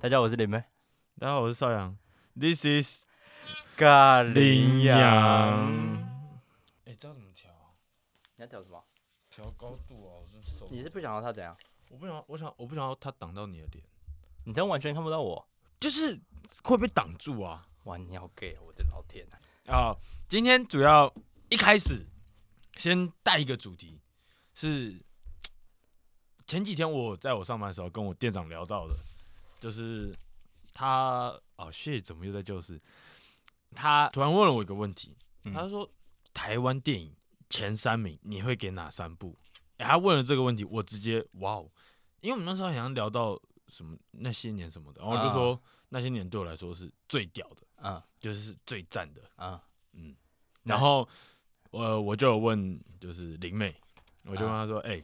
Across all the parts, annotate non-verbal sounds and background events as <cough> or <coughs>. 大家好，我是林妹。大家好，我是邵阳。This is 咖羚羊。哎、知道怎么调啊？你要调什么？调高度啊！我真受不了。你是不想要他怎样？我不想，我想，我不想要他挡到你的脸，你这样完全看不到我。就是会被挡住啊哇，你好 gay！哦我的老天啊！啊！今天主要一开始先带一个主题，是前几天我在我上班的时候跟我店长聊到的，就是他哦，shit，怎么又在旧事？他突然问了我一个问题，嗯他说台湾电影前三名你会给哪三部？哎、他问了这个问题，我直接哇哦，因为我们那时候好像聊到什么那些年什么的，然后我就说、那些年对我来说是最屌的，嗯就是最赞的，嗯，嗯。然后呃，我就有问就是林美，我就问她啊说，哎、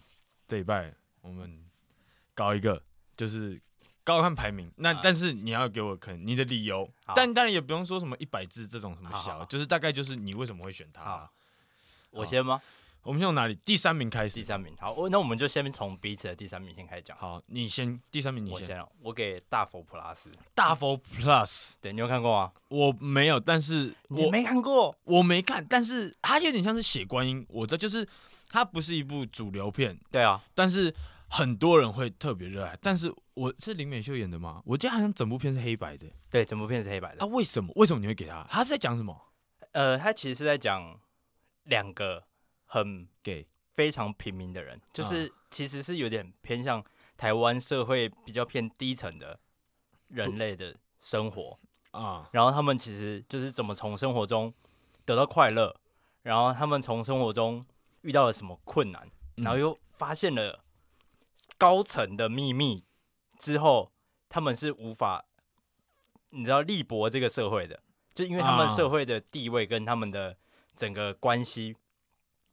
这礼拜我们搞一个，就是高看排名。那、啊但是你要给我可能你的理由好，但当然也不用说什么一百字这种什么好好小，好就是大概就是你为什么会选它。好我先吗？我们先从哪里？第三名开始。第三名。好，我那我们就先从彼此的第三名先开始讲。好，你先第三名你我先。先哦，我给大佛普拉斯。大佛 Plus 对，你有看过吗？我没有，但是你我没看过？我没看，但是它有点像是血观音，我知道，就是它不是一部主流片，对啊，但是很多人会特别热爱。但是我是林美秀演的吗？我记得好像整部片是黑白的对，整部片是黑白的啊，。为什么？为什么你会给他？他是在讲什么？呃，他其实是在讲两个很给非常平民的人，就是其实是有点偏向台湾社会比较偏低层的人类的生活，啊然后他们其实就是怎么从生活中得到快乐，然后他们从生活中遇到了什么困难，嗯然后又发现了高层的秘密之后，他们是无法你知道力搏这个社会的，就因为他们啊社会的地位跟他们的整个关系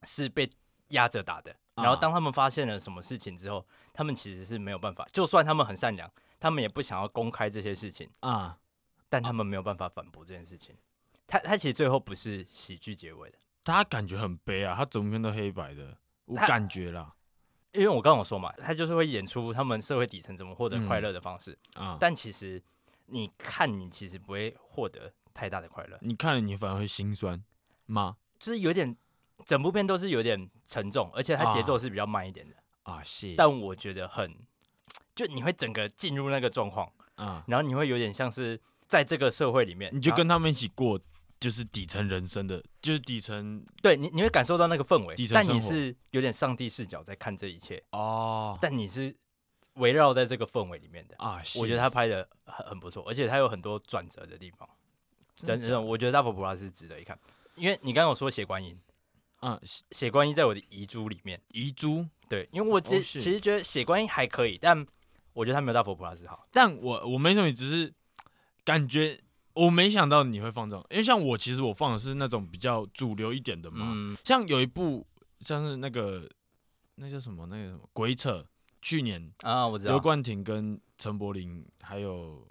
是被压着打的。啊然后当他们发现了什么事情之后，他们其实是没有办法，就算他们很善良，他们也不想要公开这些事情，啊但他们没有办法反驳这件事情。他他其实最后不是喜剧结尾的，他感觉很悲啊，他整部片都黑白的，我他感觉啦因为我刚刚有说嘛，他就是会演出他们社会底层怎么获得快乐的方式。啊。但其实你看，你其实不会获得太大的快乐，你看了你反而会心酸吗？就是有点整部片都是有点沉重，而且它节奏是比较慢一点的。啊，谢但我觉得很，就你会整个进入那个状况，啊，然后你会有点像是在这个社会里面，你就然跟他们一起过，就是底层人生的，就是底层后对你你会感受到那个氛围底，层但生你活是有点上帝视角在看这一切，哦但你是围绕在这个氛围里面的。啊，我觉得他拍的很很不错，而且他有很多转折的地方。真的，我觉得《大佛普拉斯》值得一看，因为你刚刚有说血观音，他啊，血观音在我的遗珠里面。遗珠，对，因为我其哦实是其实觉得血观音还可以，但我觉得他没有《大佛普拉斯》好。但我我没什么，只是感觉我没想到你会放这种，因为像我其实我放的是那种比较主流一点的嘛，嗯，像有一部像是那个那叫什么那个什么鬼扯，去年啊，我知道刘。冠廷跟陈柏霖还有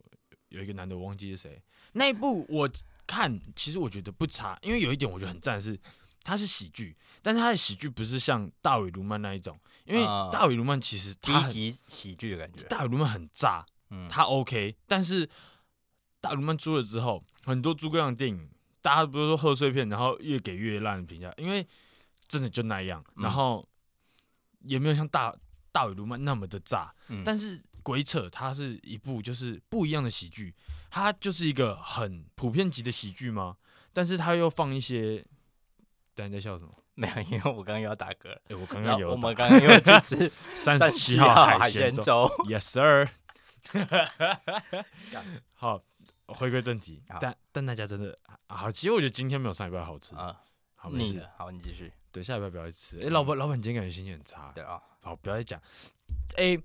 有一个男的我忘记是谁，那一部我看其实我觉得不差，因为有一点我觉得很赞的是。它是喜剧，但是它的喜剧不是像大伟卢曼那一种，因为啊大伟卢曼其实他低很级喜剧的感觉，大伟卢曼很炸，嗯，他 OK，但是大卢曼出了之后，很多诸葛亮电影，大家不是说贺岁片，然后越给越烂的评价，因为真的就那样，嗯然后也没有像大大伟卢曼那么的炸，嗯但是《鬼扯》它是一部就是不一样的喜剧，它就是一个很普遍级的喜剧嘛，但是它又放一些，等你在笑什么？ <laughs> 没有，因为我刚刚又要打嗝了。哎、我刚然刚后有我们刚刚又去 <laughs> 吃三三十十七七号号海鲜鲜粥， Yes, sir 干。好，回归正题好，但但大家真的啊，好其实我觉得今天没有上礼拜好吃，啊，嗯好没腻事，了。好，你继续。对，下礼拜不要去吃。哎、老板，老板今天感觉心情很差，对啊，好，不要再讲。哎、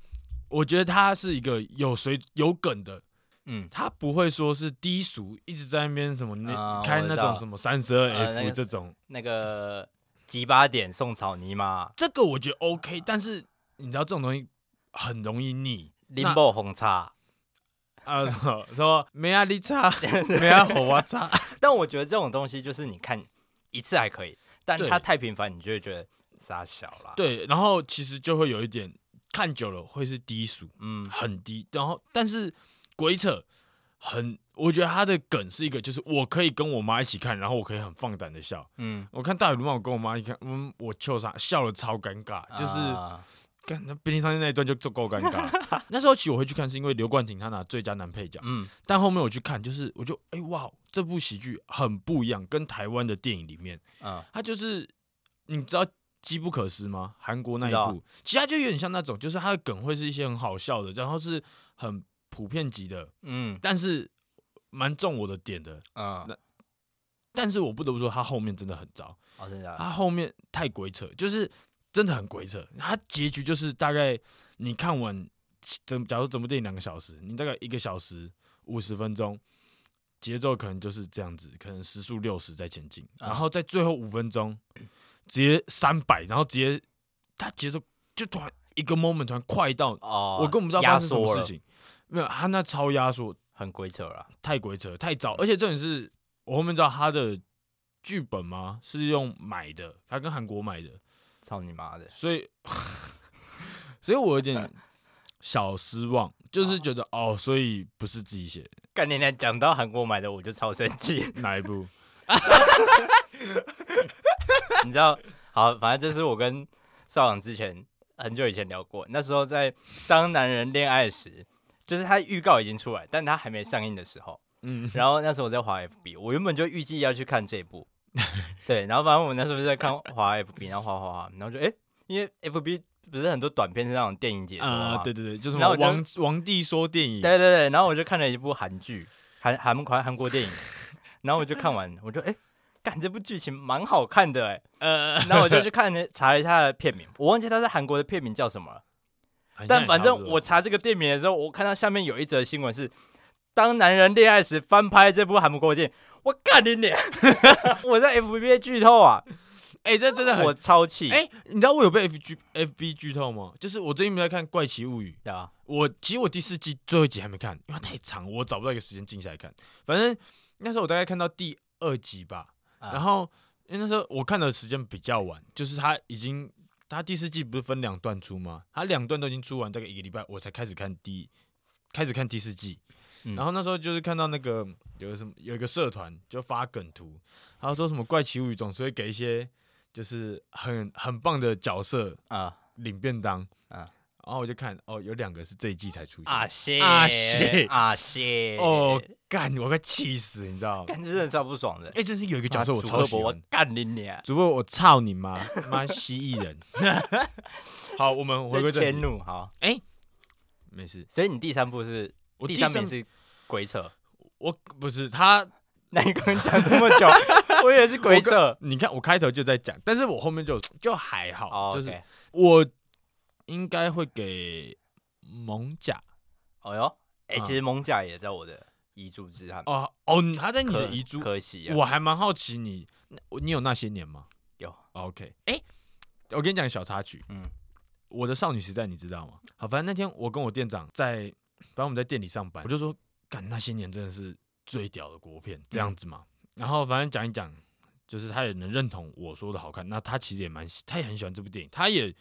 我觉得他是一个有水有梗的，嗯，他不会说是低俗，一直在那边什么那、啊开我那知道种什么三十二呃那 F 个这种，那个吉巴点送草泥马，这个我觉得 OK，但是你知道这种东西很容易腻。林宝红茶。啊，什么什么没啊，你差，没啊，我差，但我觉得这种东西就是你看一次还可以，但对它太频繁，你就会觉得傻小啦。，对，然后其实就会有一点看久了会是低俗，嗯，很低。然后但是鬼扯，很，我觉得他的梗是一个，就是我可以跟我妈一起看，然后我可以很放胆的笑。嗯，我看大雨如漫，我跟我妈一看，嗯，我就啥笑了超尴尬，就是啊干那便利商店那一段就足够尴 <laughs> 尬。那时候其实我会去看，是因为刘冠廷他拿最佳男配角，嗯但后面我去看，就是我就哎、哇，这部喜剧很不一样，跟台湾的电影里面，啊它就是你知道。机不可失吗？韩国那知道一部，其实它就有点像那种，就是它的梗会是一些很好笑的，然后是很普遍级的，嗯但是蛮中我的点的。啊，但是我不得不说，他后面真的很糟，哦真的啊他后面太鬼扯，就是真的很鬼扯。他结局就是大概你看完整，假如整部电影两个小时，你大概一个小时五十分钟，节奏可能就是这样子，可能时速六十在前进，啊然后在最后五分钟直接三百，然后直接他节奏就突然一个 moment 突然快到，哦，我根本不知道压发生什缩么事了，情。没有，他那超压缩，很鬼扯了，太鬼扯，太早，而且重点是我后面知道他的剧本吗？是用买的，他跟韩国买的，操你妈的！所以 <laughs> 所以我有点小失望，就是觉得哦，所以不是自己写的干你娘！讲到韩国买的，我就超生气。哪一 <laughs> 部？你知道，好，反正这是我跟少朗之前很久以前聊过，那时候在《当男人恋爱时》，就是他预告已经出来，但他还没上映的时候，嗯，然后那时候我在滑 FB，我原本就预计要去看这 <laughs> 部，对，然后反正我们那时候就在看滑 FB，然后滑滑滑，然后就哎、诶因为 FB 不是很多短片是那种电影解说啊、嘛，对对对，就是然后王我就王王帝说电影，对对对，然后我就看了一部韩剧，韩韩韩韩国电影，然后我就看完，我就哎，干、这部剧情蛮好看的哎、呃，然后我就去看了查了一下它的片名，我忘记它是韩国的片名叫什么了。很 <laughs> 像但反也差正不多我查这个店名的时候，我看到下面有一则新闻是《当男人恋爱时》翻拍这部韩国电影，我干你脸！ <laughs> 我在 FB 剧透啊，哎、这真的很我超气。哎、你知道我有被 F G F B 剧透吗？就是我最近没在看《怪奇物语》。对啊，我其实我第四季最后一集还没看，因为它太长，我找不到一个时间静下来看。反正那时候我大概看到第二集吧，啊然后因为那时候我看的时间比较晚，就是它已经它第四季不是分两段出吗？它两段都已经出完，大概一个礼拜我才开始看第开始看第四季。嗯然后那时候就是看到那个有个什么有一个社团就发梗图，然后说什么怪奇物语总是会给一些就是很很棒的角色啊领便当啊然后我就看哦，有两个是这一季才出现啊谢啊谢啊谢哦，，干，我快气死，你知道吗？感觉真的超不爽的。哎，真是有一个角色我啊主超播喜我欢，干你脸！主播我操你妈，妈蜥 <laughs> 蜴人。好，我们回归正迁题，怒好，没事。所以你第三部是我第三三名，是鬼扯。 <laughs> 我不是他，那你跟我讲这么久，我以为是鬼扯。你看我开头就在讲，但是我后面就就还哦好，，就是，OK 我应该会给蒙甲哦哟，哎，嗯其实蒙甲也在我的遗珠之憾。哦哦，他在你可的遗珠，可惜啊，我还蛮好奇你，那你有那些年吗？有，OK，哎、我跟你讲小插曲，嗯嗯，我的少女时代你知道吗？好，反正那天我跟我店长在，反正我们在店里上班，我就说，干那些年真的是最屌的国片，这样子嘛。然后反正讲一讲，就是他也能认同我说的好看，那他其实也蛮喜，他也很喜欢这部电影，他也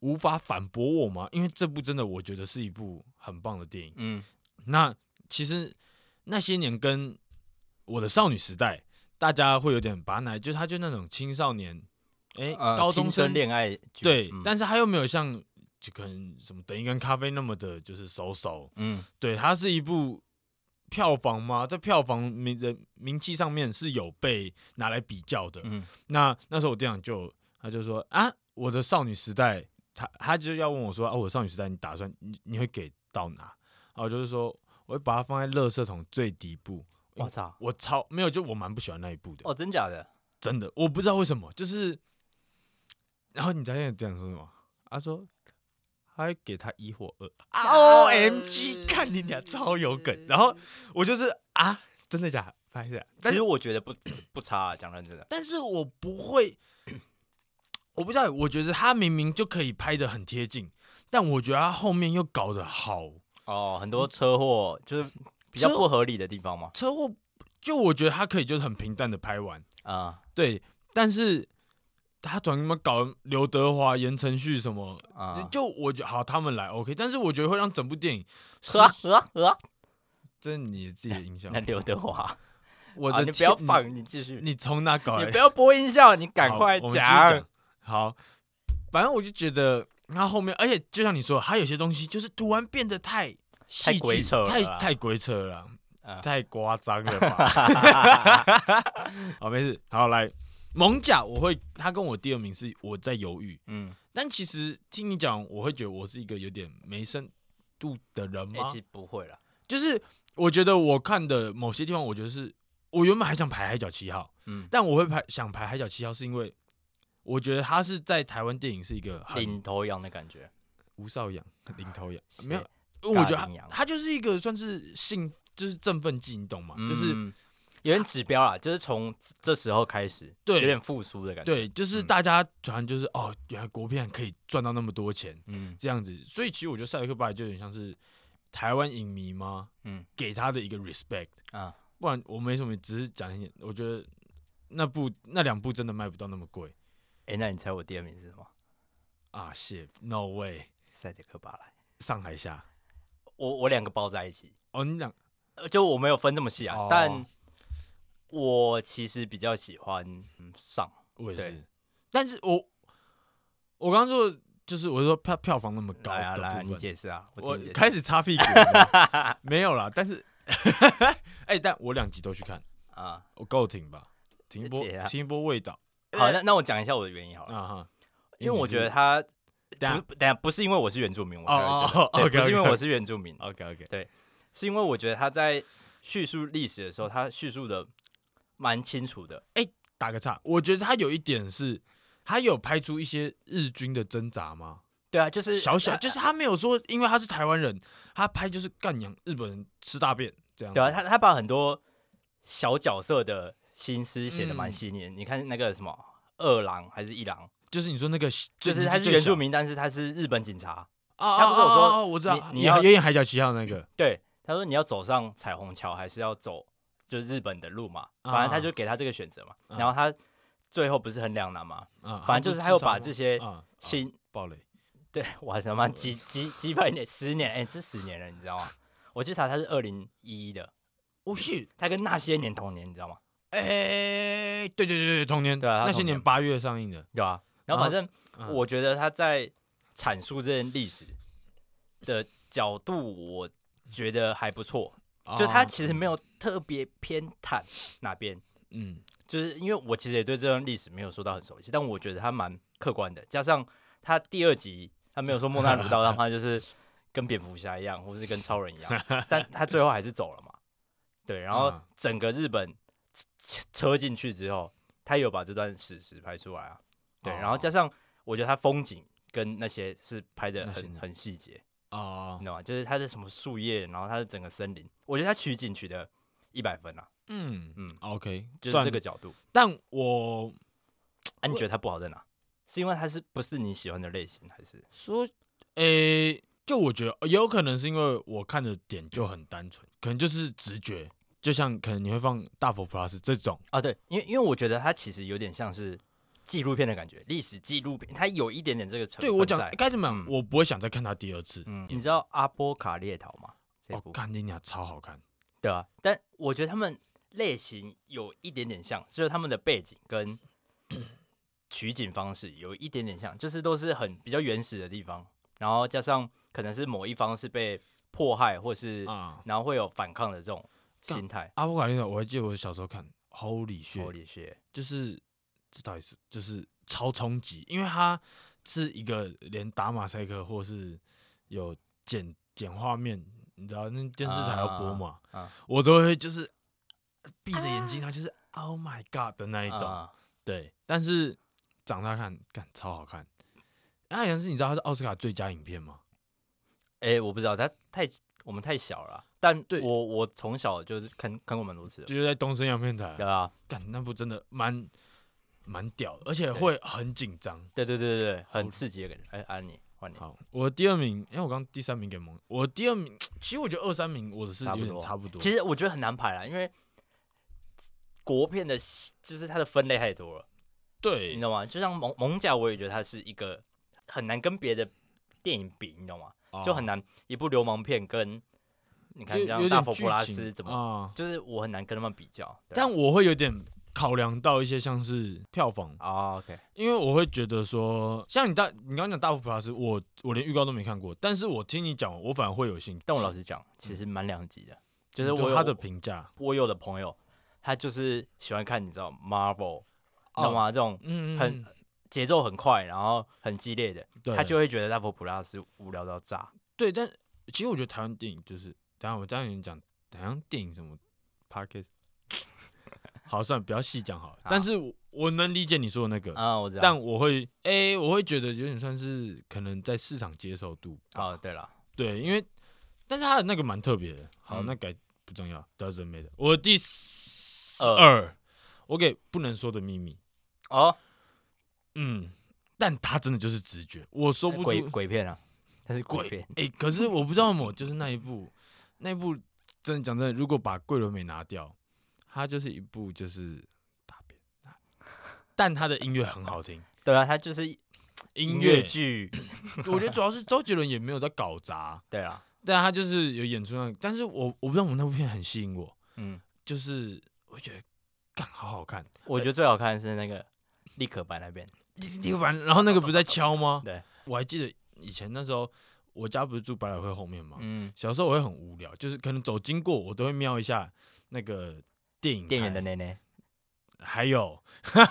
无法反驳我嘛，因为这部真的我觉得是一部很棒的电影。嗯那其实那些年跟我的少女时代，大家会有点把它拿来，就是他就那种青少年，哎、呃高青中生春恋爱剧对，嗯但是他又没有像就可能什么等一根咖啡那么的，就是手手，嗯对，它是一部票房嘛，在票房名人名气上面是有被拿来比较的。嗯那那时候我店长就他就说啊，我的少女时代，他他就要问我说啊，我的少女时代你打算你你会给到哪？然后我就是说我会把它放在垃圾桶最底部。我操，我超没有，就我蛮不喜欢那一部的，哦，真假的？真的，我不知道为什么，就是。然后你在店长说什么？他说他会给他一或二。O M G，看你俩超有梗。然后我就是啊，真的假的？拍下，其但实是我觉得不 <coughs> 不差啊，讲认真的，但是我不会， <clears throat> 我不知道，我觉得他明明就可以拍的很贴近，但我觉得他后面又搞得好哦，很多车祸就是比较车不合理的地方嘛，车祸，就我觉得他可以就是很平淡的拍完，啊对，但是。他突然他妈搞刘德华、言承旭什么，啊，啊就我觉得好，他们来 OK，但是我觉得会让整部电影失呵呵呵，这是你自己的影响那。刘德华，我好啊的你不天要，放，你继续，你从哪搞来你的？不要播音效，你赶好快我们继续讲讲。。好，反正我就觉得他后面，而且就像你说的，他有些东西就是突然变得太戏剧鬼扯了太啦太鬼扯了啦，啊太夸张了吧？ <laughs> 好，没事，好来。蒙甲，我会，他跟我第二名是我在犹豫，嗯，但其实听你讲，我会觉得我是一个有点没深度的人哎吗？其实不会啦，就是我觉得我看的某些地方，我觉得是我原本还想排《海角七号》，嗯，但我会排想排《海角七号》，是因为我觉得他是在台湾电影是一个很领头羊的感觉，吴少阳领头羊，是没有，因为我觉得领他羊他就是一个算是兴，就是振奋剂，你懂吗？就是嗯有点指标啦，就是从这时候开始，对有点复苏的感觉，对，就是嗯大家突然就是、哦，原来国片可以赚到那么多钱嗯这样子，所以其实我觉得《赛德克巴莱》就有点像是台湾影迷吗？嗯给他的一个 respect。啊，不然我没什么，只是讲一点。我觉得那部那两部真的卖不到那么贵哎，那你猜我第二名是什么？啊！谢，no way，塞德克巴莱，上海下我我两个包在一起，哦，你两呃就我没有分这么细啊哦，但我其实比较喜欢嗯上，我也是对，但是我我刚刚说就是我说票票房那么高来啊的来啊，你部分，解释啊，我我听你解释开始擦屁股了， <laughs> 没有啦，但是哎、但我两集都去看，啊，我够挺吧，停一波姐啊停一波味道好，那那我讲一下我的原因好了，呃啊哈，因为我觉得他他不等下是，等下不是因为我是原住民，我才哦会觉得哦哦对 OK，不是因 OK 为我是原住民， OK OK，是因为我觉得他在叙述历史的时候，他叙述的蛮清楚的，打个岔，我觉得他有一点是，他有拍出一些日军的挣扎吗？对啊，就是小小，就是他没有说，因为他是台湾人，他拍就是干娘日本人吃大便这样。对啊，他他把很多小角色的心思写的蛮嗯细腻的，你看那个什么二郎还是一郎，就是你说那个，就是他是原住民，但是他是日本警察，啊，他不是有说啊啊啊我知道，你你你要有演《海角七号》那个，对，他说你要走上彩虹桥，还是要走就是日本的路嘛？啊反正他就给他这个选择嘛。啊然后他最后不是很两难嘛？啊，反正就是他有把这些些啊心， <laughs> 暴雷对我他妈几几几百年，十年，哎、这十年了，你知道吗？我去查他是二零一一的，哦是，他跟那些年同年，你知道吗？哎，对对对对，同年对啊他那些同年年八月上映的，对啊。然后反正啊我觉得他在阐述这件历史的角度，我觉得还不错，就哦他其实没有特别偏袒哪边。嗯就是因为我其实也对这段历史没有说到很熟悉，但我觉得他蛮客观的。加上他第二集他没有说莫纳鲁 <laughs> 道，让他就是跟蝙蝠侠一样，或是跟超人一样，但他最后还是走了嘛。对，然后嗯整个日本车车进去之后，他有把这段史实拍出来啊。对，哦然后加上我觉得他风景跟那些是拍的那些很呢很细节，啊你，懂吗？就是它是什么树叶，然后它是整个森林，我觉得他取景取的一百分啊，嗯嗯嗯，OK，就是算这了个，角度。但我啊，你觉得它不好在哪？是因为它是不是你喜欢的类型，还是说，诶、就我觉得也有可能是因为我看的点就很单纯，可能就是直觉，就像可能你会放大佛 plus 这种，啊？对，因为因为我觉得它其实有点像是纪录片的感觉，历史纪录片，它有一点点这个成分对我讲在该怎么讲，嗯我不会想再看他第二次。嗯，你知道阿波卡列岛吗？这哦部、，看你俩超好看，对啊，但我觉得他们类型有一点点像，就是他们的背景 <coughs> 跟取景方式有一点点像，就是都是很比较原始的地方，然后加上可能是某一方是被迫害，或是、啊！然后会有反抗的这种干心态。阿波卡丽塔，我还记得我小时候看，Holy shit， Holy shit！就是这到底是就是超冲击，因为它是一个连打马赛克或是有剪剪画面，你知道那电视台要播嘛，啊啊啊我都会就是闭着眼睛，然后就是 Oh my God 的那一种。啊对，但是长大看，干超好看。那好像是你知道它是奥斯卡最佳影片吗？哎、我不知道，他太我们太小了啊，但对我我从小就是看看过蛮多次的，就是在东森洋片台，对啊，干那部真的蛮蛮屌的，而且会很紧张。对对对对对，很刺激的感觉。哎、安妮，换你，好，我第二名，因为我刚第三名给蒙，我第二名，其实我觉得二三名我的是差有不点多差不多。其实我觉得很难排啦，因为国片的就是它的分类太多了，你对知，道吗？就像蒙蒙甲，我也觉得它是一个很难跟别的电影比，你懂吗？就很难难一部流氓片跟你啊哦有看像有大点佛剧普拉情斯怎么，啊？就是我很难跟他们比较。对啊但我会有点考量到一些像是票房，啊，OK，因为我会觉得说，像你大你刚刚讲大佛普拉斯，我我连预告都没看过，但是我听你讲，我反而会有兴趣。但我老实讲，其实蛮两极的，就是嗯我对有他的评价，我有的朋友，他就是喜欢看你知道 Marvel，你知道哦吗？这种嗯很节奏很快，然后很激烈的，对他就会觉得大佛普拉斯无聊到炸。对，但其实我觉得台湾电影就是，等一下我这样跟你讲，台湾电影什么 p a r k e s 好，算了，不要细讲好了。但是我我能理解你说的那个，啊，我知道。但我会，诶，我会觉得有点算是可能在市场接受度，哦，对了，对，因为但是他的那个蛮特别的。好，嗯那改不重要，doesn't matter。我第十二二，我给不能说的秘密，哦，嗯，但他真的就是直觉，我说不鬼出鬼片啊，它是鬼片。哎、可是我不知道么，就是那一部，那一部真的讲真的，如果把桂纶镁拿掉，它就是一部就是大便，但它的音乐很好听，对啊，它就是音乐乐，剧。我觉得主要是周杰伦也没有在搞砸，对啊，但他就是有演出那个，但是我我不知道我那部片很吸引我，嗯，就是我觉得干好好看，我觉得最好看的是那个立可白那边。六凡，然后那个不是在敲吗？对，我还记得以前那时候我家不是住百老汇后面吗？嗯，小时候我会很无聊，就是可能走经过我都会瞄一下那个电影店员的，台奶奶还有 <laughs>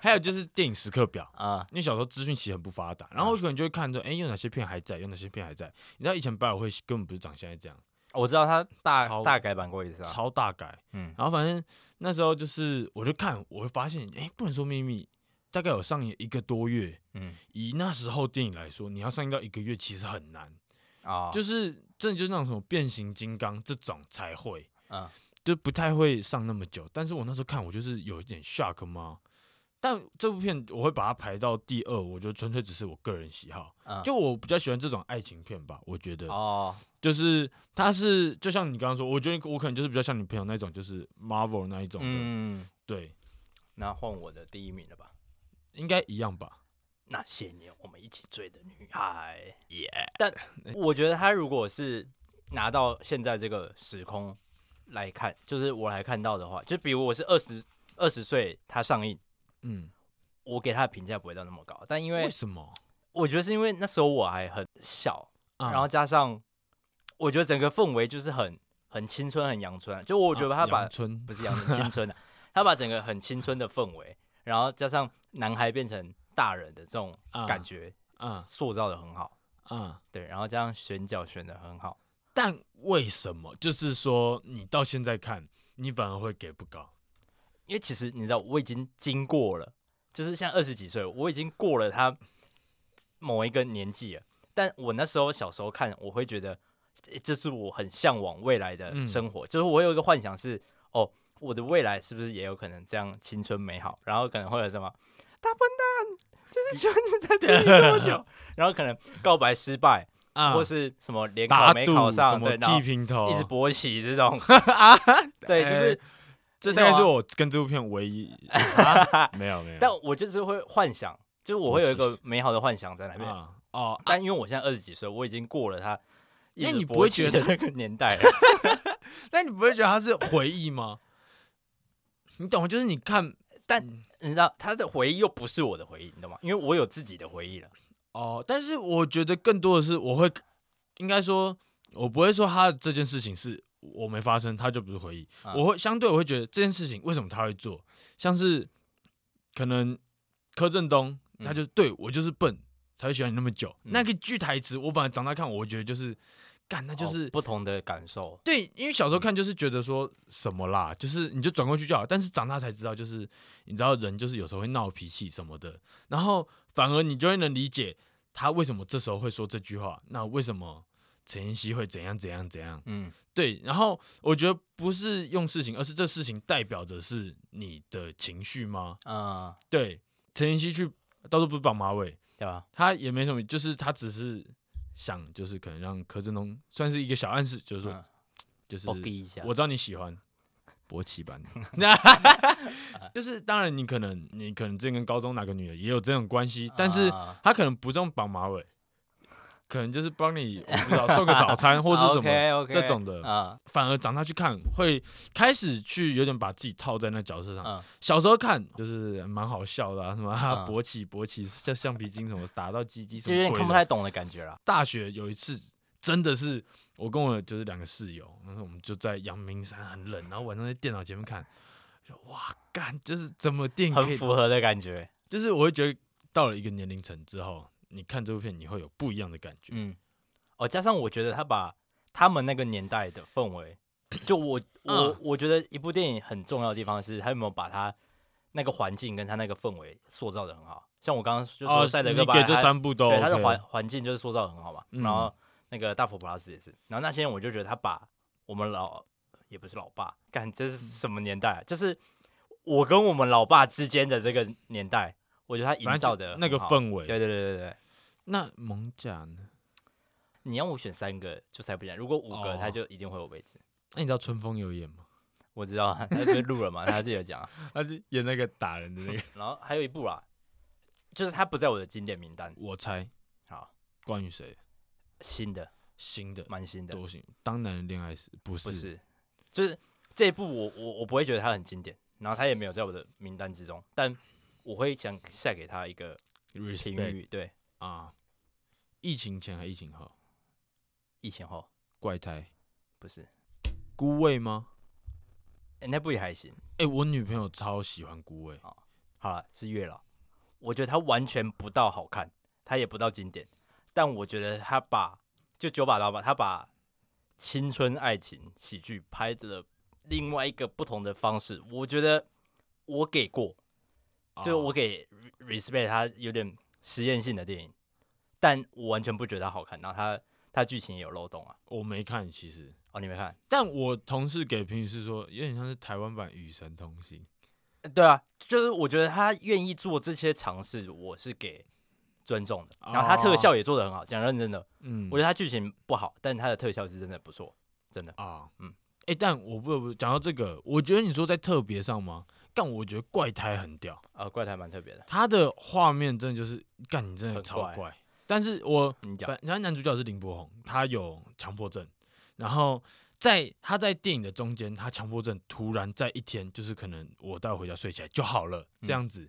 还有就是电影时刻表。啊，因为小时候资讯其实很不发达，然后我可能就会看着，哎、有哪些片还在，有哪些片还在。你知道以前百老汇根本不是长现在这样，我知道他大超大改版过一次啊。超大改。嗯，然后反正那时候就是，我就看，我会发现，哎、不能说秘密，大概有上映一个多月。嗯以那时候电影来说，你要上映到一个月其实很难，啊，就是是真的就是那种什么变形金刚这种才会。嗯就不太会上那么久。但是我那时候看，我就是有一点 shock 嘛。但这部片我会把它排到第二，我觉得纯粹只是我个人喜好，嗯，就我比较喜欢这种爱情片吧。我觉得哦，就是它是就像你刚刚说，我觉得我可能就是比较像你朋友那种，就是 Marvel 那一种的，嗯，对，那换我的第一名了吧？应该一样吧。那些年我们一起追的女孩，耶！但我觉得他如果是拿到现在这个时空来看，就是我来看到的话，就比如我是二十二十岁，他上映，嗯，我给他的评价不会到那么高，但因为为什么？我觉得是因为那时候我还很小，啊然后加上我觉得整个氛围就是很很青春、很阳春啊、就我觉得他啊把、阳春不是阳春青 <laughs> 春啊，他把整个很青春的氛围，然后加上男孩变成大人的这种啊感觉，啊塑造的很好。啊，对，然后加上选角选的很好，但为什么？就是说你到现在看，你反而会给不高。因为其实你知道我已经经过了，就是像二十几岁，我已经过了他某一个年纪了。但我那时候小时候看，我会觉得诶这是我很向往未来的嗯生活，就是我有一个幻想是，哦，我的未来是不是也有可能这样青春美好？然后可能会有什么大笨蛋，就是喜欢你在这里这么久， <laughs> 然后可能告白失败，啊，或是什么联考打没赌考什上，么对，然后剃平头，一直勃起这种， <laughs> 啊对，就哎是这你大概懂是吗我跟这部片唯 <laughs> 一，啊没有没有，但我就是会幻想，就是我会有一个美好的幻想在那边。啊哦，但因为我现在二十几岁，我已经过了他一那直你不会勃起觉得的那个年 <laughs> 代了？那你不会觉得它是回忆吗？你懂吗？就是你看你知道他的回忆又不是我的回忆，你懂吗？因为我有自己的回忆了。哦，但是我觉得更多的是我会，应该说，我不会说他这件事情是我没发生，他就不是回忆。啊我会相对我会觉得这件事情为什么他会做，像是可能柯震东，他就、对我就是笨才会喜欢你那么久。嗯那个句台词，我本来长大看，我会觉得就是干，那就哦是、不同的感受，对，因为小时候看就是觉得说什么啦，就是你就转过去就好。但是长大才知道，就是你知道人就是有时候会闹脾气什么的，然后反而你就会能理解他为什么这时候会说这句话，那为什么陈妍希会怎样怎样怎样。嗯，对，然后我觉得不是用事情，而是这事情代表着是你的情绪吗？啊、对，陈妍希去到处不是绑马尾，对啊吧？他也没什么，就是他只是想就是可能让柯震东算是一个小暗示，就是说、嗯就是我给一下，我知道你喜欢勃起版， <laughs> 就是当然你可能你可能之前跟高中哪个女的也有这种关系，但是啊她可能不是用绑马尾，可能就是帮你我不知道送个早 <laughs> 餐或是什么啊 OK OK 这种的，啊，反而长大去看会开始去有点把自己套在那角色上。嗯小时候看就是蛮好笑的、啊，什么啊嗯勃起勃起像橡皮筋什么打到鸡鸡什就么有鬼点的看不太懂的感觉啦。大学有一次，真的是我跟我就是两个室友，然后我们就在阳明山很冷，然后晚上在电脑前面看，就哇干，就是怎么电可很以，符合的感觉，就是我会觉得到了一个年龄层之后，你看这部片你会有不一样的感觉。嗯，哦，加上我觉得他把他们那个年代的氛围，就 <clears throat> 我我、嗯我觉得一部电影很重要的地方是，他有没有把他那个环境跟他那个氛围塑造的很好。像我刚刚就说哦赛德你哥巴给莱这他三部都对他的 OK 环环境就是塑造得很好嘛。嗯然后那个大佛普拉斯也是，然后那些人我就觉得他把我们老也不是老爸，干这是嗯什么年代、啊？就是我跟我们老爸之间的这个年代，我觉得他营反造正的就那个氛围。对对对对对。那蒙甲呢？你要我选三个就猜不进来，如果五个哦他就一定会有位置。那你知道春风有演吗？我知道啊， <laughs> 他就录了嘛，他自己有讲啊。 <laughs> 他就演那个打人的那个，然后还有一部啦，就是他不在我的经典名单。 <laughs> 我猜好，关于谁新的，新的蛮新的，多行当男人恋爱时不不是是，就是这一部我我我不会觉得它很经典，然后它也没有在我的名单之中，但我会想下给他一个评 respect 语。对，啊，疫情前还疫情后？疫情后怪胎不是、孤味吗？诶那部也还行。哎、我女朋友超喜欢孤啊味，好了，是月老，我觉得它完全不到好看，它也不到经典，但我觉得他把就九把刀吧，他把青春爱情喜剧拍的另外一个不同的方式，我觉得我给过，就是我给 re- respect 它有点实验性的电影，但我完全不觉得它好看，然后它它剧情也有漏洞啊。我没看，其实，哦，你没看？但我同事给评语是说，有点像是台湾版《与神同行》。呃对啊，就是我觉得他愿意做这些尝试，我是给尊重的。然后他特效也做的很好，讲认真的，嗯，我觉得它剧情不好，但它的特效是真的不错，真的。啊，嗯嗯，哎、但我不得不讲到这个，我觉得你说在特别上吗？但我觉得怪胎很屌，啊，怪胎蛮特别的。他的画面真的就是，干你真的很超怪怪。但是我你讲反反正男主角是林柏宏，他有强迫症，然后在他在电影的中间，他强迫症突然在一天，就是可能我待会回家睡起来就好了嗯这样子，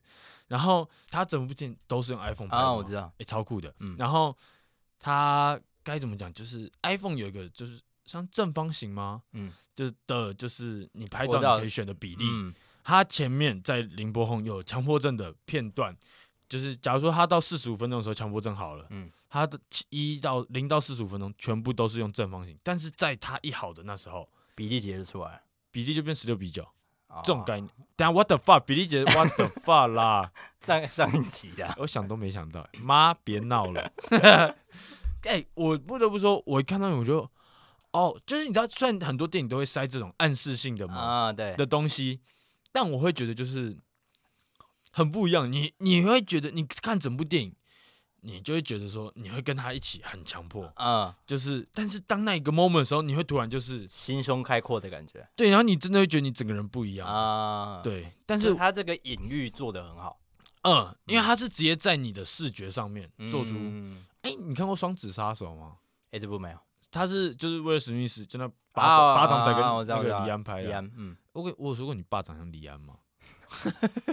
然后他整部片都是用 iPhone 拍的嘛，啊，我知道，欸超酷的，嗯然后他该怎么讲，就是 iPhone 有一个就是像正方形吗？嗯就是的，就是你拍我照知道你可以选的比例，嗯他前面在林柏宏有强迫症的片段，就是假如说他到四十五分钟的时候强迫症好了，嗯他的一到零到四十五分钟全部都是用正方形，但是在他一好的那时候，比例解释出来了，比例就变十六比九、哦这种概念。等下 what the fuck，比例姐 what the fuck 啦，上上一集的我想都没想到，欸妈别闹了。哎、我不得不说，我一看到你我就，哦，就是你知道，虽然很多电影都会塞这种暗示性的嘛，啊，对，的东西，但我会觉得就是很不一样。你你会觉得你看整部电影，你就会觉得说你会跟他一起很强迫，嗯，就是但是当那一个 moment 的时候，你会突然就是心胸开阔的感觉对，然后你真的会觉得你整个人不一样。啊，，对，但就是是他这个隐喻做的很好，嗯，因为他是直接在你的视觉上面做出。嗯哎、你看过《双子杀手》吗？哎，这部没有，他是就是威尔史密斯，就那巴掌、啊巴掌在跟啊我知道那我知个道李安拍李的啊。安，嗯，我跟我有说过你巴掌像李安吗？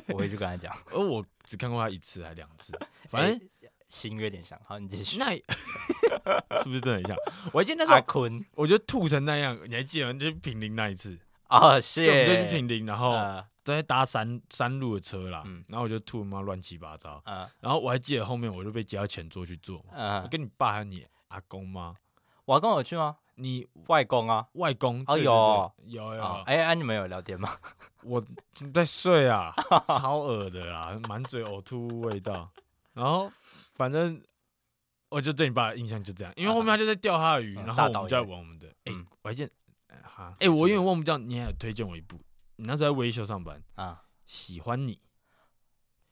我回去跟他 <laughs> 讲，而我只看过他一次还两 <laughs> 次，反正哎心有点像，好，你继 <laughs> 续。那也是不是真的很像？我还记得那时阿候，坤我就吐成那样，你还记得吗？就是平林那一次，啊，就谢我们就去平林，然后呃在搭山山路的车啦嗯，然后我就吐妈乱七八糟，呃然后我还记得后面我就被接到前座去坐嘛，我呃，跟你爸还有你阿公吗？我阿公有去吗？你外公啊，外公哦对对对有哦有啊有，，哎，啊你们有聊天吗？我在睡 <laughs> 啊，超恶的啦，满嘴呕吐味道，然后反正。我就对你爸的印象就这样，因为后面他就在钓他的鱼，嗯然大后我导们在演玩我们的。哎、嗯我还记得，呃哈，哎、什么我什有点么忘不掉，你还有推荐我一部，你那时候在微秀上班，啊，喜欢你，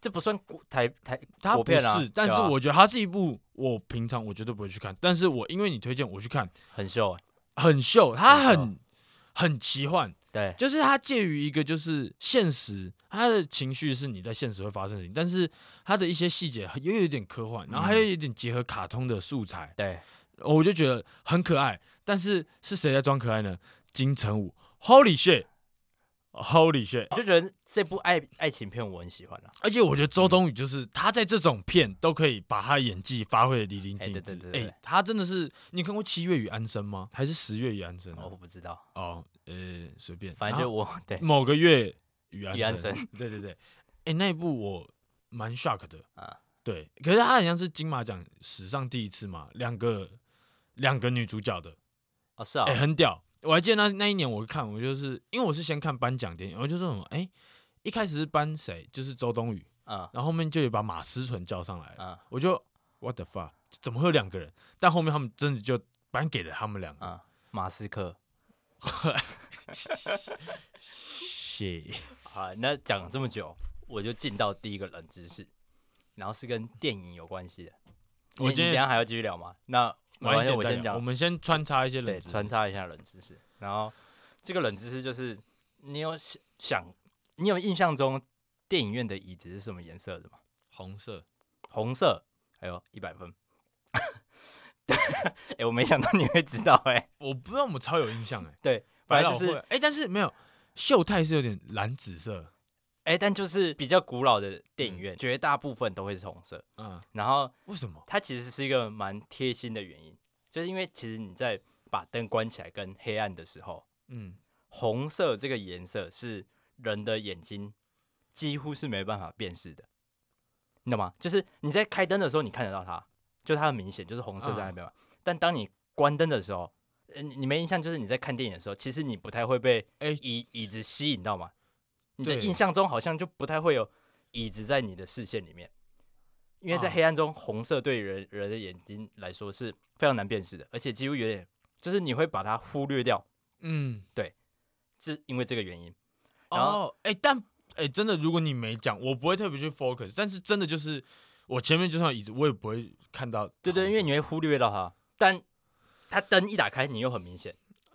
这不算国台台它国不片是，啊但对是啊我觉得它是一部我平常我绝对不会去看，啊但是我因为你推荐我去看，很秀欸，很秀，它很秀很很奇幻，对，就是它介于一个就是现实，它的情绪是你在现实会发生的事情，但是它的一些细节又有点科幻，然后还有嗯一点结合卡通的素材，对，我就觉得很可爱。但是是谁在装可爱呢？金城武，Holy shit，Holy shit！我就觉得这部爱爱情片我很喜欢啊。而且我觉得周冬雨就是她在这种片都可以把她演技发挥的淋漓哎尽致。对对对对对她真的是，你有看过《七月与安生》吗？还是《十月与安生》哦，我哦？不知道，哦，呃，随便，反正就我 <laughs> 对然后某个月与安与安生。对对对，哎、那一部我蛮 shock 的啊对，可是她好像是金马奖史上第一次嘛，两个两个女主角的，哦是啊哎、，很屌！我还记得那那一年我看，我就是因为我是先看颁奖典礼，我就说什么，哎、一开始是颁谁？就是周冬雨。嗯然后后面就有把马思纯叫上来了，嗯我就 what the fuck，怎么会有两个人？但后面他们真的就颁给了他们两个。嗯，马斯克。谢、好，那讲了这么久，我就进到第一个冷知识，然后是跟电影有关系的。我你今你等一天下还要继续聊吗？那晚正一点我再先聊讲我，们先穿插一些对，冷知识穿插一下冷知识。然后这个冷知识就是，你有想想，你有印象中电影院的椅子是什么颜色的吗？红色，红色。还有一百分。 <laughs> 哎、我没想到你会知道哎、我不知道我们超有印象哎、 <laughs> 对，反正就百老是汇哎、但是没有秀泰是有点蓝紫色，哎、但就是比较古老的电影院，绝大部分都会是红色。嗯，然后为什么？它其实是一个蛮贴心的原因，就是因为其实你在把灯关起来跟黑暗的时候，嗯，红色这个颜色是人的眼睛几乎是没办法辨识的，你懂吗？就是你在开灯的时候你看得到它，就它很明显就是红色在那边嘛。嗯但当你关灯的时候，呃你你没印象，就是你在看电影的时候，其实你不太会被哎椅椅子吸引到嘛。你的对印象中好像就不太会有椅子在你的视线里面，因为在啊黑暗中，红色对人人的眼睛来说是非常难辨识的，而且几乎有点就是你会把它忽略掉，嗯，是因为这个原因。然后哦，哎、但哎、真的，如果你没讲，我不会特别去 focus，但是真的就是我前面就算有椅子，我也不会看到红色。对对，因为你会忽略到它，但它灯一打开，你又很明显，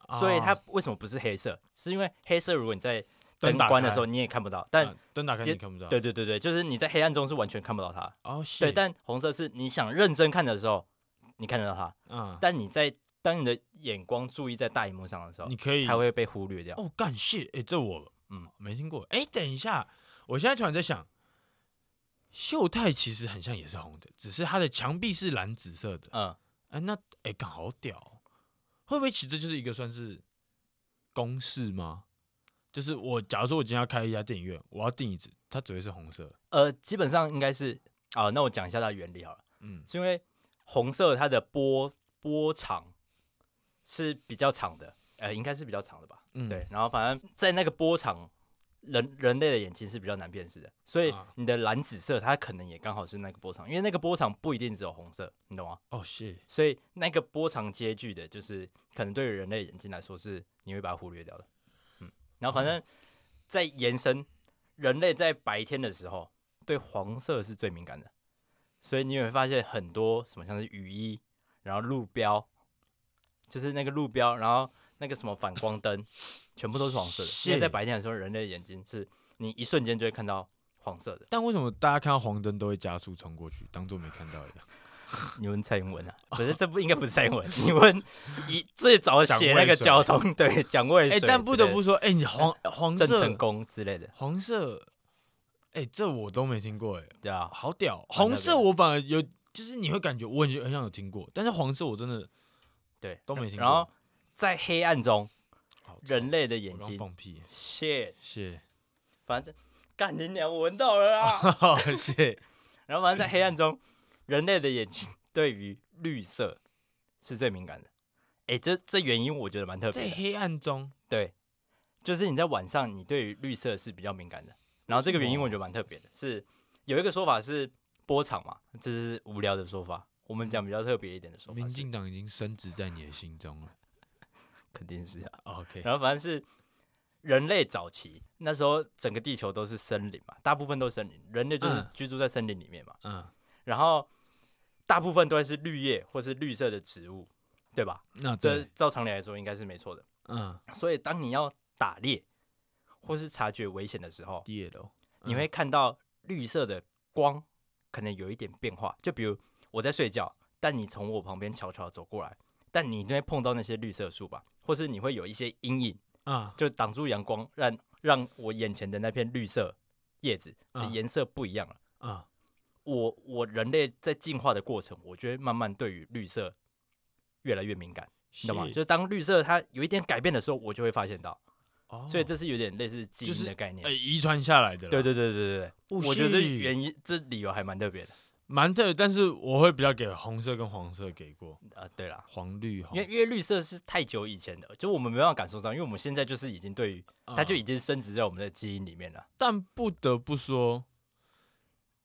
哦所以它为什么不是黑色？是因为黑色如果你在灯灯打关的开时候你也看不到，但啊灯打开你电看不到。对对对对，就是你在黑暗中是完全看不到它。哦，对，是但红色是你想认真看的时候，你看得到它，嗯，但你在当你的眼光注意在大荧幕上的时候你，可以它会被忽略掉。哦，干谢哎，这我嗯嗯没听过。哎，等一下，我现在突然在想，秀泰其实很像也是红的，只是它的墙壁是蓝紫色的。嗯，哎，那哎，干好屌哦，会不会其实这就是一个算是公式吗？就是我，假如说我今天要开一家电影院，我要订椅子，它只会是红色。呃，基本上应该是啊、那我讲一下它的原理好了，嗯是因为红色它的波波长是比较长的，呃，应该是比较长的吧？嗯，对，然后反正在那个波长，人人类的眼睛是比较难辨识的，所以啊你的蓝紫色它可能也刚好是那个波长，因为那个波长不一定只有红色，你懂吗？哦谢，所以那个波长接距的，就是可能对于人类眼睛来说是你会把它忽略掉的。嗯，然后反正再延伸，人类在白天的时候对黄色是最敏感的，所以你也会发现很多什么像是雨衣，然后路标，就是那个路标，然后那个什么反光灯，全部都是黄色的。因为在是白天的时候，人类眼睛是你一瞬间就会看到黄色的。但为什么大家看到黄灯都会加速冲过去，当做没看到一样？你问蔡英文 <laughs> 啊？不是，这不应该不是蔡英文。 <laughs> 你问以最早写那个交通，对，蒋渭哎、水。但不得不，说，哎、你黄黄嗯色郑成功之类的，黄色，哎、这我都没听过、哎，对啊，好屌！蛮特别红色我反而有，就是你会感觉我很很像有听过，但是黄色我真的对，都没听过。然后在黑暗中，好人类的我眼刚睛放屁， ，shit，谢反正干你娘，我闻到了 <laughs> 啦。哦谢然后反正在黑暗中，人类的眼睛对于绿色是最敏感的。哎，这这原因我觉得蛮特别在的，黑暗中，对，就是你在晚上，你对于绿色是比较敏感的。然后这个原因为什么我觉得蛮特别的，是有一个说法是波长嘛，这是无聊的说法。我们讲比较特别一点的说法民是，进党已经升值在你的心中 <laughs> 了。呃肯定是啊。 OK，然后反正是人类早期那时候，整个地球都是森林嘛，大部分都是森林，人类就是嗯居住在森林里面嘛。嗯，然后大部分都是绿叶或是绿色的植物，对吧？那这对，照常理来说应该是没错的。嗯，所以当你要打猎，或是察觉危险的时候， D L，你嗯会看到绿色的光可能有一点变化。就比如我在睡觉，但你从我旁边悄悄地走过来，但你一定会碰到那些绿色树吧，或是你会有一些阴影，啊，就挡住阳光，让让我眼前的那片绿色叶子的嗯颜色不一样了。啊，我我人类在进化的过程，我觉得慢慢对于绿色越来越敏感，你懂吗？是就是当绿色它有一点改变的时候，我就会发现到，哦所以这是有点类似基就是因的概念。呃遗传下来的啦，对对对对对哦对，我觉得这是原因这理由还蛮特别的蛮特别，但是我会比较给红色跟黄色给过，啊、对啦，黄绿红因为，因为绿色是太久以前的，就我们没办法感受到，因为我们现在就是已经对于它就啊已经升值在我们的基因里面了。但不得不说，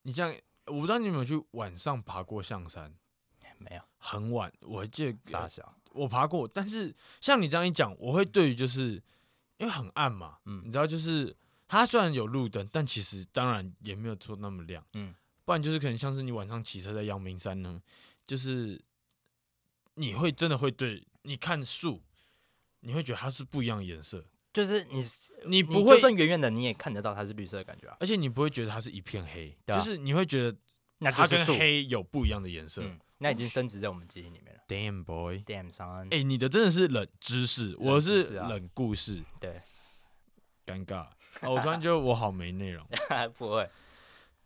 你像我不知道你有没有去晚上爬过象山，哎没有很晚，我还记得傻呃小，我爬过，但是像你这样一讲，我会对于就是因为很暗嘛，你嗯知道，就是它虽然有路灯，但其实当然也没有做那么亮，嗯，不然就是可能像是你晚上骑车在阳明山呢，就是你会真的会对你看树，你会觉得它是不一样的颜色，就是你你呃你不就会，算远远的你也看得到它是绿色的感觉啊，而且你不会觉得它是一片黑，对啊就是你会觉得那就它是跟树，黑有不一样的颜色。嗯，那已经升值在我们基因里面了。 Damn boy， Damn son，、哎、你的真的是冷知识，我知是识啊冷故事，对， <laughs> 尴尬、哦。我突然觉得我好没内容， <laughs> 不会，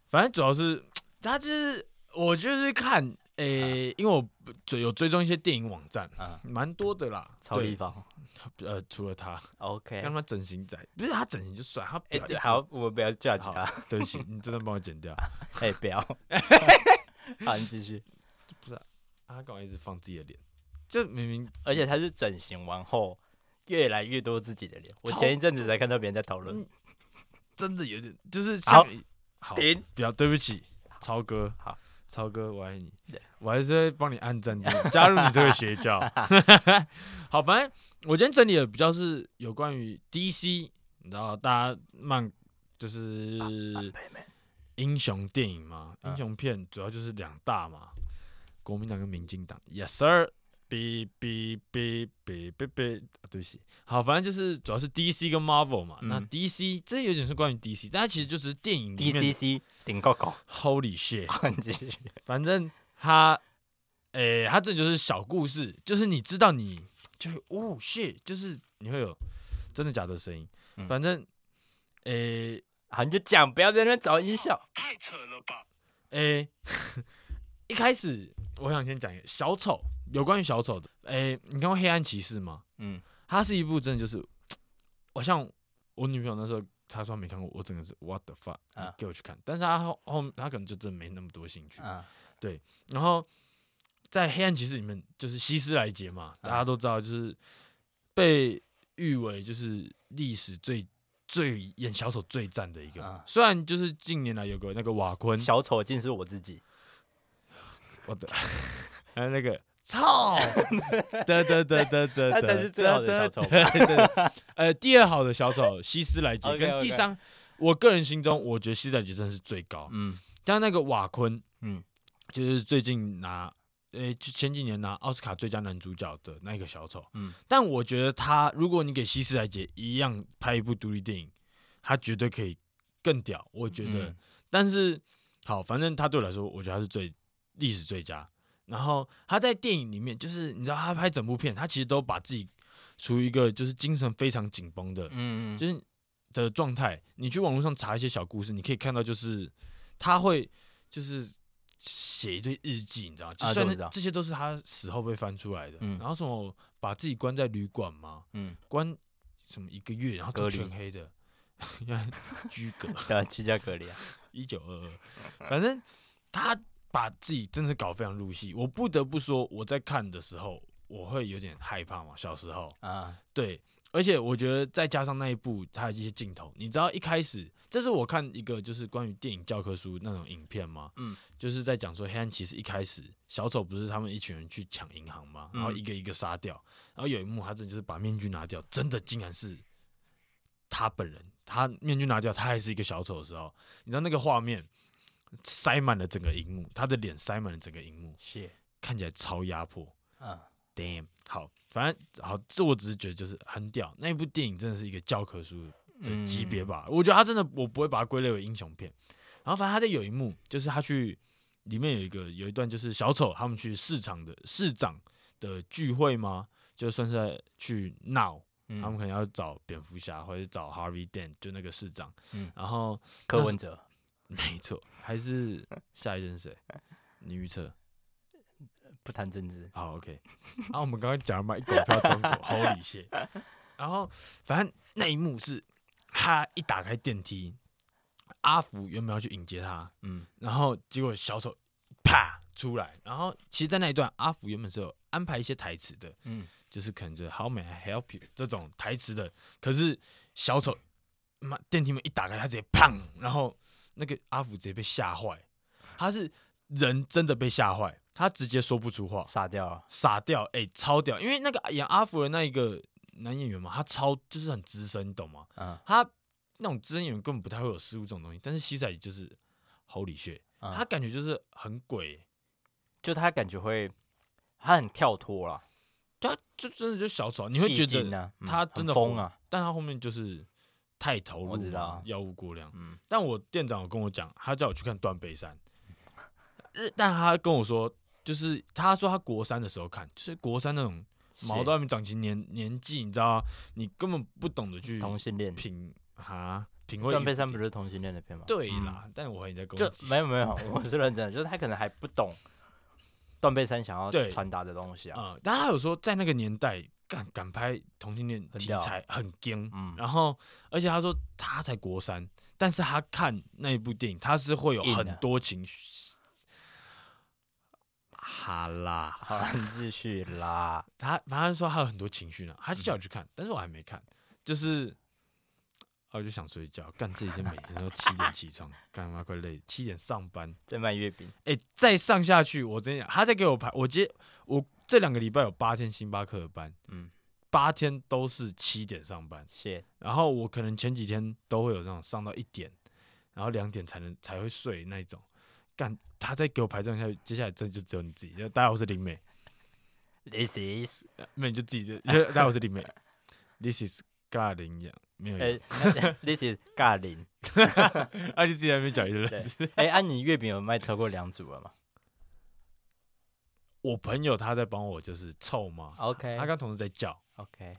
反正主要是他就是我就是看，诶、因为我不追有追踪一些电影网站，啊蛮多的啦。超对立方呃，除了他， ，OK，让他整形仔，不是他整形就算，他哎、表对演好，我们不要 judge 好他，对不起，你真的帮我剪掉。 <laughs> 哎、不 <laughs> 要，好，你继续。他干嘛一直放自己的脸？就明明而且他是整形完后越来越多自己的脸。我超前一阵子才看到别人在讨嗯论，真的有点，就是好像好停不要，对不起，超哥，好，超哥，我爱你对，我还是会帮你按赞 <laughs> 的，加入你这个邪教。 <laughs> 好，反正我今天整理的比较是有关于 DC，你知道大家漫啊就是英雄电影嘛，嗯英雄片主要就是两大嘛，国民党跟民进党，Yes sir。哔哔哔哔哔哔，啊对不起，好，反正就是主要是 DC 跟 Marvel 嘛。那嗯 DC 这有点是关于 DC，但它其实就只是电影里面的 DCC <laughs> 顶高 <laughs> 高， Holy shit！好，你继续。反正他，诶、他这就是小故事，就是你知道你就会哦 shit，就是你会有真的假的声音。嗯反正，诶、好，你就讲，不要在那边找音效。诶、 <laughs> 一开始我想先讲一个小丑，有关于小丑的。诶、你看过《黑暗骑士》吗？嗯，它是一部真的就是，我像我女朋友那时候她说她没看过，我整个是 what the fuck，、啊给我去看。但是她后后她可能就真的没那么多兴趣。啊，然后在《黑暗骑士》里面，就是希斯莱杰嘛，嗯大家都知道，就是被誉为就是历史最最演小丑最赞的一个。嗯虽然就是近年来有个那个瓦昆，小丑竟是我自己。我的，还 <laughs> 有那个 <laughs> 操，得得得得得， <laughs> 他才是最好的小丑得。得得得呃，第二好的小丑希斯莱 <laughs> 杰 OK，跟 OK 第三，我个人心中我觉得希斯莱杰真的是最高。嗯但那个瓦昆，嗯，就是最近拿，呃、就前几年拿奥斯卡最佳男主角的那个小丑，嗯，但我觉得他，如果你给希斯莱杰一样拍一部独立电影，他绝对可以更屌，我觉得。嗯但是好，反正他对我来说，我觉得他是最历史最佳。然后他在电影里面，就是你知道他拍整部片，他其实都把自己处于一个就是精神非常紧绷的，嗯嗯，就是的状态。你去网络上查一些小故事，你可以看到，就是他会就是写一堆日记，你知道吗？就啊算这我那知道这些都是他死后被翻出来的。嗯然后什么把自己关在旅馆嘛，嗯，关什么一个月，然后都隔离全黑的， <laughs> 居隔对啊，居家隔离啊。一九二二，反正他把自己真的搞非常入戏。我不得不说，我在看的时候，我会有点害怕嘛，小时候。啊，对，而且我觉得再加上那一部它的一些镜头，你知道一开始，这是我看一个就是关于电影教科书那种影片吗？嗯，就是在讲说黑暗骑士一开始小丑不是他们一群人去抢银行吗？然后嗯一个一个杀掉，然后有一幕他真的就是把面具拿掉，真的竟然是他本人，他面具拿掉，他还是一个小丑的时候，你知道那个画面。塞满了整个荧幕，他的脸塞满了整个荧幕，是，看起来超压迫。嗯 Damn，好，反正好，这我只是觉得就是很屌。那一部电影真的是一个教科书嗯的级别吧。我觉得他真的，我不会把它归类为英雄片。然后反正他在有一幕，就是他去里面有一个有一段，就是小丑他们去市场的市长的聚会吗？就算是在去闹，嗯他们可能要找蝙蝠侠或者找 Harvey Dent，就那个市长。嗯然后 <laughs> 柯文哲，没错，还是下一任谁？你预测？不谈政治，好，OK。啊，我们刚刚讲了嘛，一狗票中国，Holy shit！然后反正那一幕是他一打开电梯，阿福原本要去迎接他，嗯然后结果小丑啪出来，然后其实，在那一段，阿福原本是有安排一些台词的，嗯，就是可能就是 How may I help you 这种台词的，可是小丑妈电梯门一打开，他直接砰，然后那个阿福直接被吓坏，他是人真的被吓坏，他直接说不出话，傻掉啊了，傻掉，哎、超屌！因为那个演阿福的那一个男演员嘛，他超就是很资深，你懂吗？嗯，他那种资深演员根本不太会有失误这种东西，但是西仔就是 Holy shit，、嗯他感觉就是很鬼，就他感觉会，他很跳脱啦，他就真的就小丑，你会觉戏精得，啊嗯他真的很疯啊，但他后面就是太投入我知嘛道，啊药物过量。嗯但我店长有跟我讲，他叫我去看《断背山》 <laughs> 日，但他跟我说，就是他说他国三的时候看，就是国三那种毛到外面长起年年纪，你知道吗，你根本不懂得去同性恋，品哈品味。断背山不是同性恋的片吗？对嗯啦，但我怀疑你在跟就我没有没有，我是认真的，就是他可能还不懂断背山想要对传达的东西啊。啊、但他有说在那个年代敢敢拍同性恋很题屌材很惊，嗯，然后而且他说他才国三，但是他看那一部电影，他是会有硬啊的很多情绪。哈啦，好，你继续啦。他反正说他有很多情绪呢，他就叫我去看，但是我还没看，就是，啊我就想睡觉，干这几天每天都七点起床，干妈快累，七点上班，在卖月饼，哎、再上下去，我真的他再给我排，我接我这两个礼拜有八天星巴克的班，嗯，八天都是七点上班，谢。然后我可能前几天都会有那种上到一点，然后两点才能才会睡那一种，干他再给我排这样下去，接下来真的就只有你自己，大家好，我是林美。 This <laughs> is，那你就自己的，大家好，我是李美，This is 尬羚羊，没有呃羊， ，This is 尬零。 <laughs> 啊，就自己在那边讲一对个。哎，安妮月饼有卖超过两组了吗 <laughs> 我朋友他在帮我就是凑嘛， ？OK，他刚同事在叫， OK，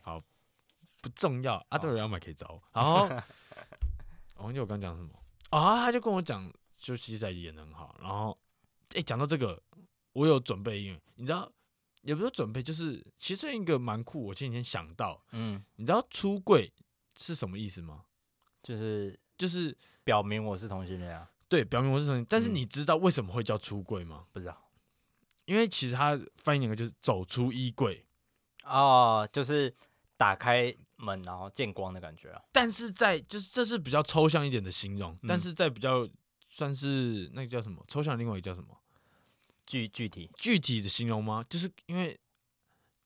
不重要，哦啊，都有人要买可以找 <laughs> 我。然后我忘记我刚讲什么啊，他就跟我讲，就西仔演的很好。然后，哎，讲到这个，我有准备音乐，你知道，也不是准备，就是其实一个蛮酷，我前几天想到，嗯，你知道出柜是什么意思吗？就是就是表明我是同性恋啊，对，表明我是同性，但是嗯你知道为什么会叫出柜吗？不知道因为其实它翻译两个就是走出衣柜，哦，就是打开门然后见光的感觉啊。但是在就是这是比较抽象一点的形容，嗯但是在比较算是那个叫什么抽象，另外一个叫什么具具体，具体的形容吗？就是因为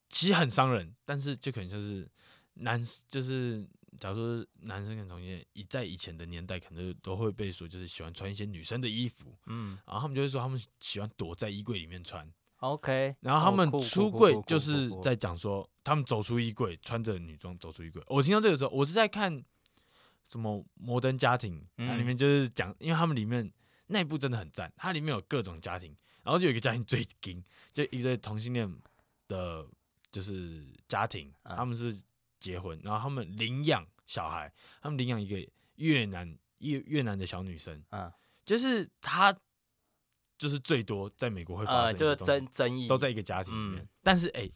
其实很伤人，但是就可能就是男就是假如说男生跟同性恋，以在以前的年代，可能就都会被说就是喜欢穿一些女生的衣服，嗯然后他们就会说他们喜欢躲在衣柜里面穿， ，OK，然后他哦们酷酷出酷柜酷酷就是酷酷在讲说，他们走出衣柜，穿着女装走出衣柜。我听到这个时候，我是在看什么《摩登家庭》嗯啊，里面就是讲，因为他们里面那一部真的很赞，它里面有各种家庭，然后就有一个家庭最惊，就一对同性恋的，就是家庭，啊他们是结婚，然后他们领养小孩，他们领养一个越南越越南的小女生，嗯，就是她就是最多在美国会发呃，生一些东西，就是争争议都在一个家庭里面。嗯但是哎、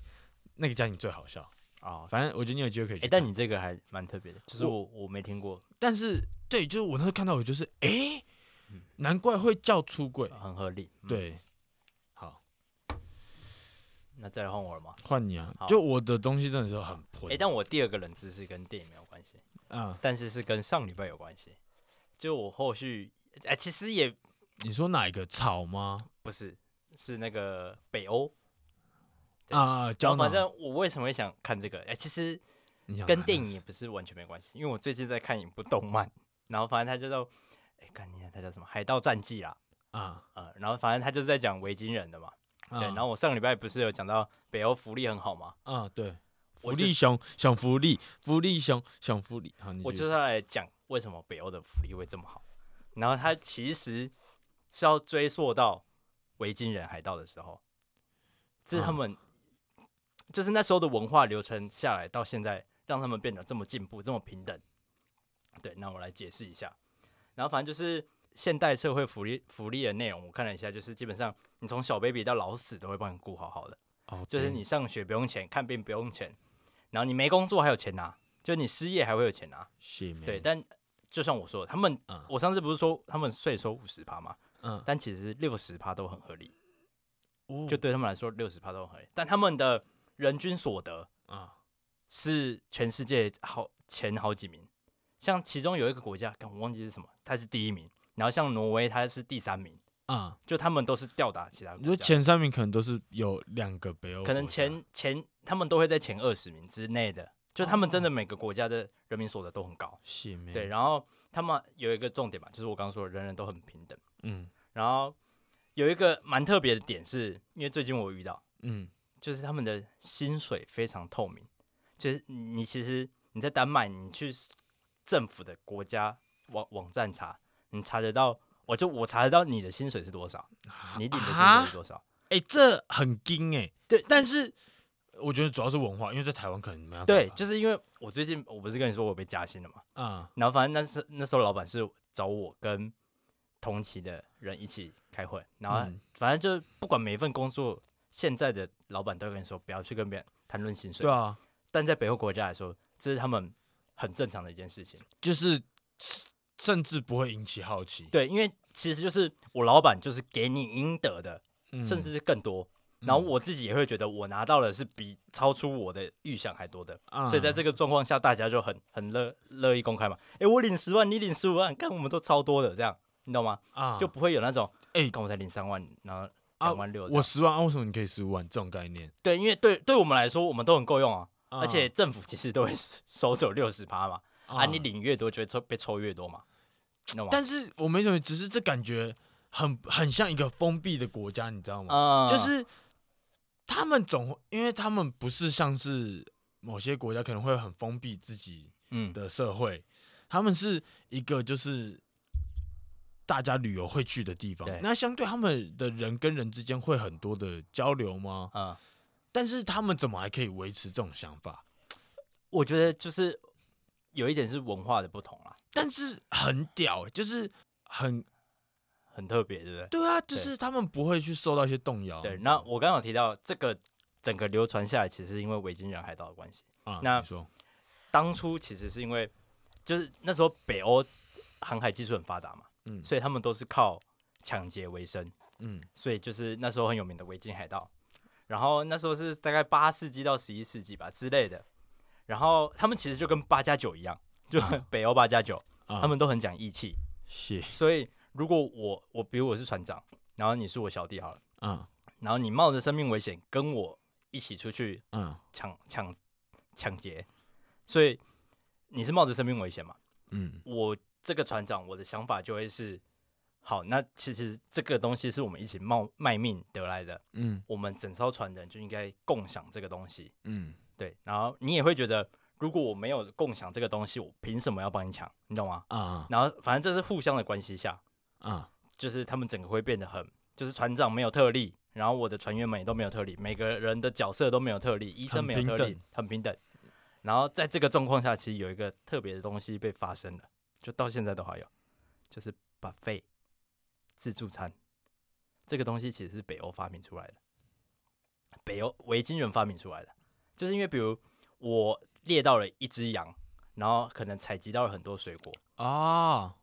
那个家庭最好笑。哦。反正我觉得你有机会可以哎、去看。但你这个还蛮特别的，就是我我我没听过，但是对，就是我那时候看到我就是哎、难怪会叫出柜。很合理。嗯，对，好，那再来换我了吗？换你啊好！就我的东西真的是很哎、破。但我第二个冷知识跟电影没有关系，啊，但是是跟上礼拜有关系。就我后续，哎、其实也你说哪一个草吗？不是，是那个北欧。对啊，然胶后囊反。正我为什么会想看这个？哎、其实你想跟哪一个电影也不是完全没关系，因为我最近在看一部动漫，然后反正它叫做，哎、看你看它叫什么《海盗战记》啦，啊呃，然后反正它就是在讲维京人的嘛。啊，对，然后我上礼拜不是有讲到北欧福利很好吗？啊对，我福就利是熊，想福利，福利熊，想福利。好，你我继就续是要来讲为什么北欧的福利会这么好。然后它其实是要追溯到维京人海盗的时候，这是他嗯们、就是那时候的文化流传下来到现在，让他们变得这么进步，这么平等。对，那我来解释一下。然后反正就是现代社会福利福利的内容，我看了一下，就是基本上你从小 baby 到老死都会帮你顾好好的。哦，就是对你上学不用钱，看病不用钱，然后你没工作还有钱拿，就是你失业还会有钱拿。谢梅对，，但就像我说的，他们，嗯我上次不是说他们税收五十趴嘛，嗯，但其实六十趴都很合理，哦就对他们来说六十趴都很合理。但他们的人均所得啊，是全世界好前好几名，像其中有一个国家，干我忘记是什么，它是第一名，然后像挪威它是第三名，啊，就他们都是吊打其他你国说家。前三名可能都是有两个北欧国家，可能前前他们都会在前二十名之内的，就他们真的每个国家的人民所得都很高。谢梅对，，然后他们有一个重点嘛，就是我刚刚说的人人都很平等。嗯然后有一个蛮特别的点是，因为最近我有遇到，嗯，就是他们的薪水非常透明，就是你其实你在丹麦，你去政府的国家网网站查，你查得到，我就我查得到你的薪水是多少，你领的薪水啊是多少。哎，这很惊哎，对但是我觉得主要是文化，因为在台湾可能没办法对，就是因为我最近我不是跟你说我被加薪了嘛，啊，然后反正那时那时候老板是找我跟同期的人一起开会，然后嗯反正就是不管每一份工作，现在的老板都会跟你说不要去跟别人谈论薪水。对啊，但在北欧国家来说，这是他们很正常的一件事情。就是甚至不会引起好奇，对，因为其实就是我老板就是给你应得的，嗯甚至是更多。然后我自己也会觉得我拿到的是比超出我的预想还多的，啊所以在这个状况下，大家就很很乐乐意公开嘛。诶，我领十万，你领十五万，看我们都超多的，这样你懂吗？啊就不会有那种哎哎，跟我才领三万，然后啊两万六这我样，十万啊，为什么你可以十五万这种概念？对，因为对对我们来说，我们都很够用啊，啊而且政府其实都会收走六十趴嘛，啊，你啊领越多就会抽被抽越多嘛，你懂吗？但是我没什么，只是这感觉很很像一个封闭的国家，你知道吗？啊就是他们总会，因为他们不是像是某些国家可能会很封闭自己嗯，的社会，他们是一个就是大家旅游会去的地方对。那相对他们的人跟人之间会很多的交流吗？嗯，但是他们怎么还可以维持这种想法？我觉得就是有一点是文化的不同啦，但是很屌、欸就是很很特别，对不对？对啊，就对是他们不会去受到一些动摇。对，那我刚刚有提到这个整个流传下来，其实是因为维京人海盗的关系，啊，那你说当初其实是因为就是那时候北欧航海技术很发达嘛，嗯所以他们都是靠抢劫为生。嗯所以就是那时候很有名的维京海盗。然后那时候是大概八世纪到十一世纪吧之类的。然后他们其实就跟八加九一样，就北欧八加九，啊他们都很讲义气。谢所以如果我我比如我是船长，然后你是我小弟好了，啊然后你冒着生命危险跟我一起出去啊抢抢抢劫，所以你是冒着生命危险嘛？嗯我这个船长，我的想法就会是，好，那其实这个东西是我们一起冒卖命得来的，嗯我们整艘船的人就应该共享这个东西。嗯对，然后你也会觉得，如果我没有共享这个东西，我凭什么要帮你抢？你懂吗？啊然后反正这是互相的关系下，啊就是他们整个会变得很，就是船长没有特例，然后我的船员们也都没有特例，每个人的角色都没有特例，医生没有特很平例等，很平等。然后在这个状况下，其实有一个特别的东西被发生了，就到现在都还有，就是 buffet 自助餐。这个东西其实是北欧发明出来的，北欧维京人发明出来的，就是因为比如我猎到了一只羊，然后可能采集到了很多水果，啊！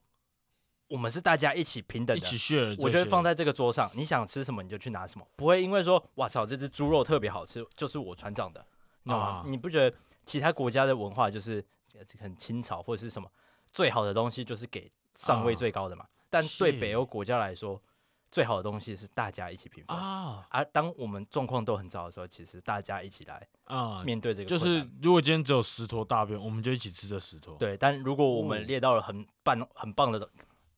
我们是大家一起平等一的起 share，我就会放在在这个桌上，你想吃什么你就去拿什么，不会因为说哇操这只猪肉特别好吃，就是我船长的，你懂吗？啊你不觉得其他国家的文化就是呃很清朝或者是什么最好的东西就是给上位啊最高的嘛？但对是北欧国家来说，最好的东西是大家一起平分。而啊当我们状况都很糟的时候，其实大家一起来啊，面对这个就困是难如果今天只有十坨大便，我们就一起吃这十坨。对。但如果我哦们猎到了很棒、很棒的、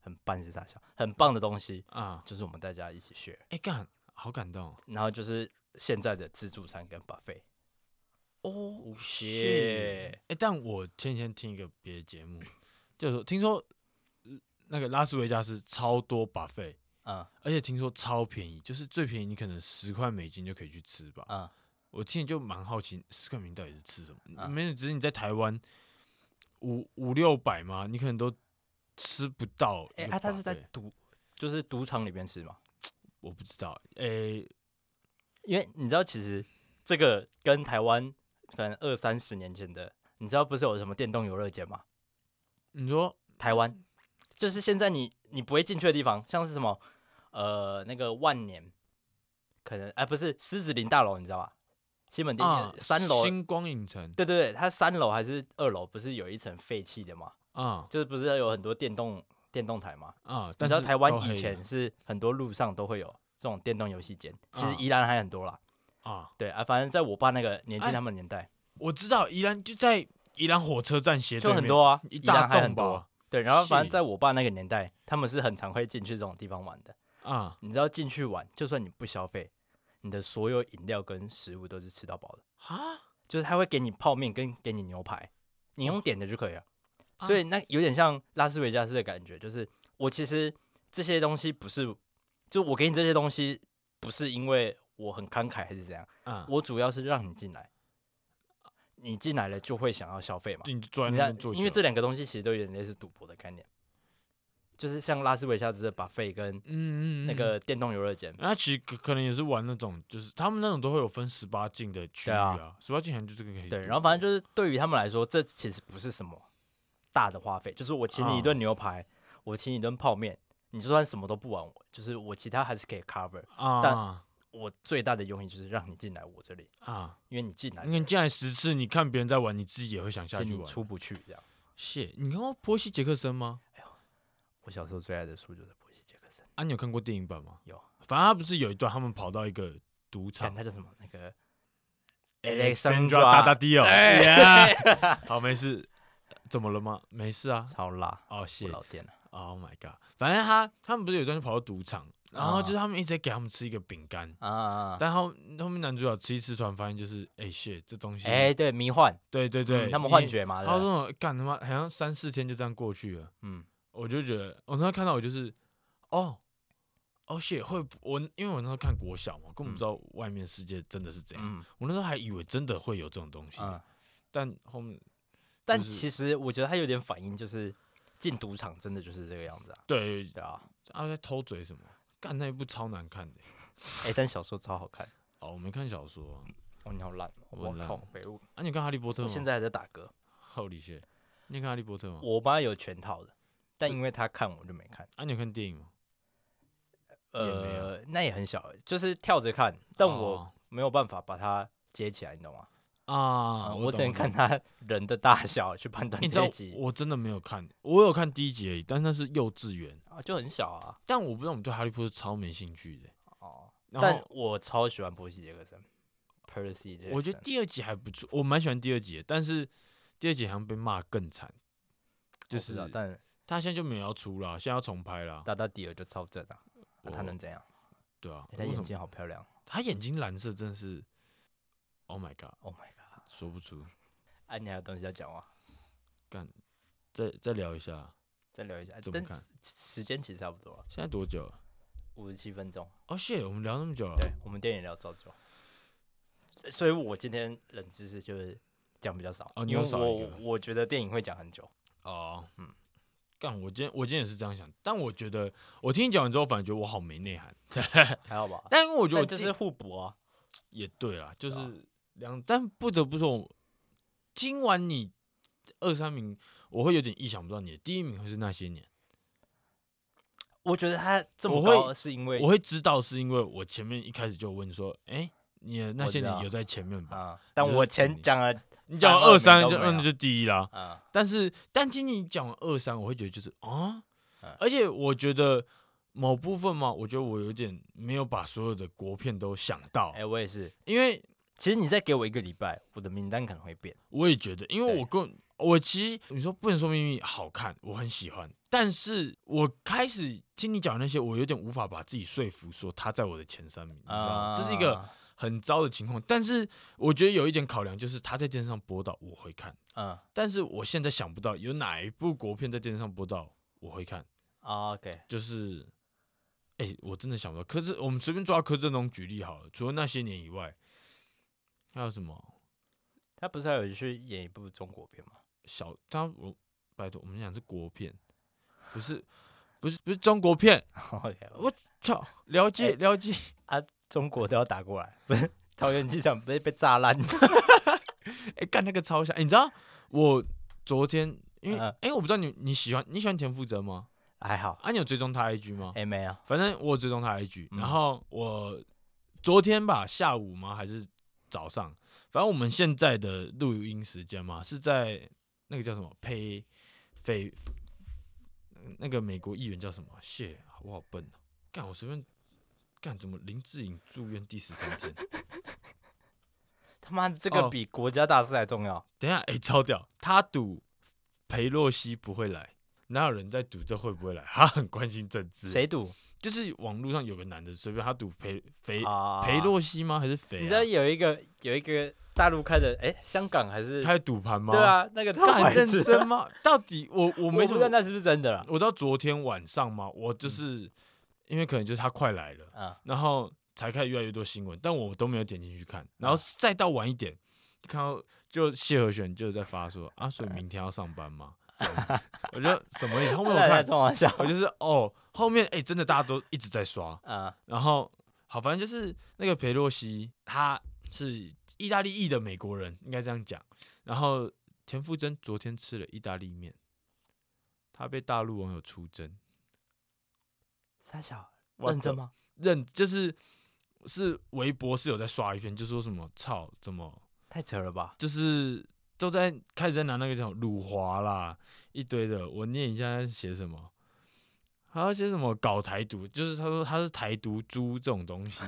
很棒是啥小，很棒的东西，啊，就是我们大家一起 share。哎干，好感动然后就是现在的自助餐跟 buffet。哦， shit 哎、但我前几天听一个别的节目，就是说听说呃那个拉斯维加斯超多 buffet，嗯而且听说超便宜，就是最便宜你可能十块美金就可以去吃吧。嗯，我听就蛮好奇，十块美金到底是吃什么？嗯没有，只是你在台湾五五六百嘛，你可能都吃不到一哎、个 buffet。啊，他是在赌，就是赌场里面吃嘛？我不知道，诶、因为你知道，其实这个跟台湾可能二三十年前的，你知道不是有什么电动游乐间吗？你说台湾就是现在你你不会进去的地方，像是什么呃那个万年，可能哎、不是狮子林大楼，你知道吧？西门町、啊，三楼，星光影城对对对，它三楼还是二楼，不是有一层废弃的吗？啊就是不是有很多电动电动台吗？啊，你但知道是台湾都黑以前的是很多路上都会有这种电动游戏间，其实啊宜兰还很多啦。啊，对啊，反正在我爸那个年纪，哎他们年代、我知道宜兰就在宜兰火车站斜对就面，很多啊，一宜大兰还栋很多吧。对，然后反正是在我爸那个年代，他们是很常会进去这种地方玩的。啊，你知道进去玩，就算你不消费，你的所有饮料跟食物都是吃到饱的，啊，就是他会给你泡面跟给你牛排，你用点的就可以了。啊所以那有点像拉斯维加斯的感觉，就是我其实这些东西不是，就我给你这些东西不是因为我很慷慨还是怎样，啊，我主要是让你进来，你进来了就会想要消费嘛。你就坐在你那看边坐，久，因为这两个东西其实都有点类似赌博的概念，就是像拉斯维加斯的 buffet 跟嗯嗯嗯嗯那个电动游乐间，那其实可可能也是玩那种，就是他们那种都会有分十八禁的区域对啊，十八禁好像就这个可以。对，然后反正就是对于他们来说，这其实不是什么大的花费，就是我请你一嗯顿牛排，我请你一顿泡面，你就算什么都不玩，我就是我其他还是可以 cover。啊我最大的用意就是让你进来我这里，啊，因为你进来你，看进来十次，你看别人在玩，你自己也会想所下以去你玩。出不去这样。谢，你看过波西杰克森吗？我小时候最爱的书就是《波西杰克森》，啊，你有看过电影版吗？有，反正他不是有一段他们跑到一个赌看 <laughs> 场他叫什么那个 Alexandra 大大迪哦，Yeah <laughs> 好，没事，怎么了吗？没事啊。超辣，哦，谢我老店了。 ，Oh my god，反正他他们不是有一段就跑到赌场，然后啊就是他们一直在给他们吃一个饼干，啊啊，啊但后后面男主角吃一吃，突然发现就是，哎、shit，这东西，哎，对，迷幻，对对对，嗯他们你幻，觉嘛，对他不对说干他妈，好像三四天就这样过去了，嗯，我就觉得，我那时候看到我就是，哦，哦 shit，会不我因为我那时候看国小嘛，根本不知道外面世界真的是怎样，嗯我那时候还以为真的会有这种东西，嗯。但后面但就是其实我觉得他有点反应，就是进赌场真的就是这个样子啊，对对啊，他在偷嘴什么，干那一部超难看的，哎、但小说超好看，哦，我没看小说啊，哦，你好烂，我我很烂靠，北欧，啊你有嗯看哈利波特我吗？现在还在打嗝， Holy shit，你有看哈利波特吗？我妈有全套的，嗯但因为她看我就没看，啊，你有看电影吗？没有呃，那也很小，就是跳着看，但哦我没有办法把它接起来，你懂吗？啊，啊，我只懂能看懂他 <laughs> 人的大小去判断你知这道一集，我真的没有看，我有看第一集而已，但那是幼稚园。啊，就很小啊，但我不知道我们对哈利波特超没兴趣的。哦，然但后我超喜欢波西杰克森，Percy，Jackson 我觉得第二集还不错，我蛮喜欢第二集的，但是第二集好像被骂更惨，就我知是道但他现在就没有要出了，现在要重拍了。达到底尔就超正啊，那我他能怎样？对啊，他为什哎眼么睛好漂亮他眼睛蓝色真的是，Oh my god， ，Oh my god！说不出。哎，你还有东西要讲吗？再再聊一下，再聊一下，怎么但看时时间其实差不多了，现在多久了？五十七分钟。哦，谢，我们聊那么久了。对，我们电影聊超久，所以我今天冷知识就是讲比较少，哦你因为有少一我个我觉得电影会讲很 <laughs> 久。哦，嗯嗯，干，我今天我今天也是这样想，但我觉得我听你讲完之后，反而觉得我好没内涵。还好吧？但因为我觉得我但就是听互补啊，也对啦，就对啊是两，但不得不说，我今晚你二三名，我会有点意想不到你的第一名会是那些年，我觉得他这我么会高是因为我会知道是因为我前面一开始就问说，哎、你的那我些知道年有在前面吧？啊，但我前讲了你讲完三二二三名就都没嗯了就第一啦，啊，但是但今年你讲完二三，我会觉得就是啊嗯，而且我觉得某部分嘛，我觉得我有点没有把所有的国片都想到，哎，我也是。因为其实你再给我一个礼拜，我的名单可能会变。我也觉得，因为对我跟我其实你说不能说秘密好看，我很喜欢，但是我开始听你讲的那些，我有点无法把自己说服，说他在我的前三名，你知道吗？啊，这是一个很糟的情况。但是我觉得有一点考量就是他在电视上播到我会看，嗯但是我现在想不到有哪一部国片在电视上播到我会看，啊，OK，就是，哎、我真的想不到。柯震，我们随便抓柯震东举例好了，除了那些年以外，还有什么他不是还有去演一部中国片吗？ <laughs> 小？他我拜托，我们讲是国片，不是不是不是中国片。 OK，我操，了解哎了解。中国都要打过来，不 <laughs> 是桃园机场被被炸烂， <laughs> 哎、干那个超像、哎你知道我昨天因为哎、嗯我不知道你你喜欢你喜欢田馥甄吗？还好，啊，你有追踪他 IG 吗？哎、没有，反正我有追踪他 IG，、嗯然后我昨天吧下午吗还是早上，反正我们现在的录音时间嘛是在那个叫什么呸匪那个美国议员叫什么？谢，我好笨啊！干我随便干怎么林志颖住院第十三天？ <laughs> 他妈这个哦比国家大事还重要，等一下，哎、超屌！他赌裴洛西不会来，哪有人在赌这会不会来？ <laughs> 他很关心政治。？谁赌就是网络上有个男的随便他赌裴裴啊？裴洛西吗？还是肥、啊？你知道有一个有一个大陆开的，哎、香港还是开赌盘吗？对， <laughs> 啊，那个超干白认痴，真吗？ <laughs> 到底我我我没不什知么道，那是不是真的啦。我到昨天晚上嘛，我就是、因为可能就是他快来了，嗯然后才开始越来越多新闻，但我都没有点进去看，然嗯后再到晚一点，看到就谢和弦就在发说啊，哎所以明天要上 <laughs> 班吗？这样我就什么意思？后面我那在看，开玩笑，我就是哦，后面哎、真的大家都一直在刷，嗯然后好，反正就是那个裴洛西，他是意大利裔的美国人，应该这样讲。然后田馥甄昨天吃了意大利面，他被大陆网友出征，傻小， What 认真 the- 吗？认就是是微博是有在刷一篇，就说什么操怎么太扯了吧！就是都在开始在拿那个叫辱华啦，一堆的，我念一下他写什么。还要写什么搞台独，就是他说他是台独猪这种东西，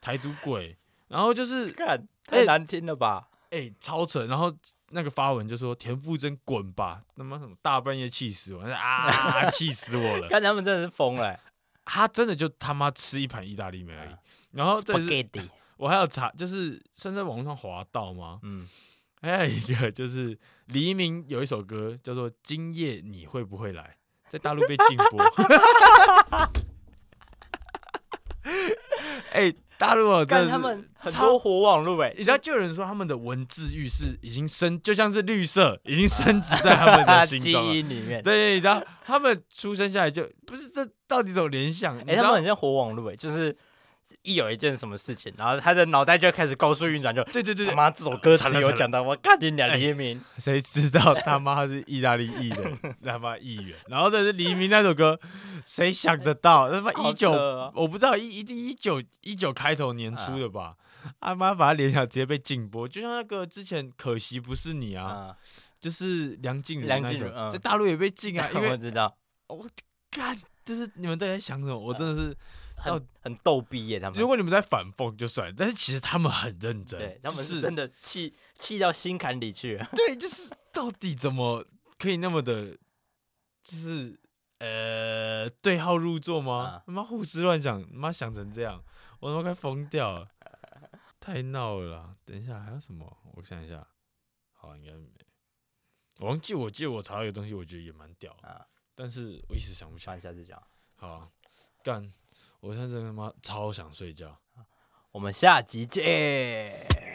台独鬼，然后就是看，哎太难听了吧？哎、超扯！然后那个发文就说田馥甄滚吧，他妈什么大半夜气死我啊，气死我了！看他们真的是疯了、欸。他真的就他妈吃一盘意大利面而已。然哦后这是 Spaghetti，我还有查，就是算在网络上滑到吗？嗯，还有一个就是黎明有一首歌叫做《今夜你会不会来》，在大陆被禁播。哎、大陆哦真看的是他们很超多活网路哎、 <laughs> 你知道，就有人说他们的文字狱是已经深，就像是绿色，已经深植在他们的基心中了。因里面，对，你知道，他们出生下来就不是这到底怎么联想？你哎、知他们道很像活网路哎、就是一有一件什么事情，然后他的脑袋就开始高速运转， <laughs> 就对对对他对，妈这首歌惨了词有惨了讲到，我看你俩哎黎明， <laughs> 谁知道他妈是意大利裔 <laughs> 的他妈议员？然后这是黎明那首歌，谁想得到？他妈好一扯九，哦我不知道一一定一九一九开头年初的吧？啊他妈把他联想直接被禁播，就像那个之前可惜不是你啊，啊，就是梁静茹梁那静首茹，嗯在大陆也被 <laughs> 禁啊，因为我知道，干，就是你们到底在想什么？我真的 <laughs> 是，到很很逗逼耶、他们如。果你们在反讽就算，但是其实他们很认真，对，他们就是真的气气到心坎里去 <laughs> 了。对，就是到底怎么可以那么的，就是呃对号入座吗啊？他妈胡思乱想，他妈想成这样，我他妈快疯掉了，太闹了啦！等一下还有什么？我想一下，好，应该没。我忘记我记得我查到一个东西，我觉得也蛮屌的，啊，但是我一时想不起来反。正下次讲，好啊，干！我现在真的他妈超想睡觉。我们下集见。哦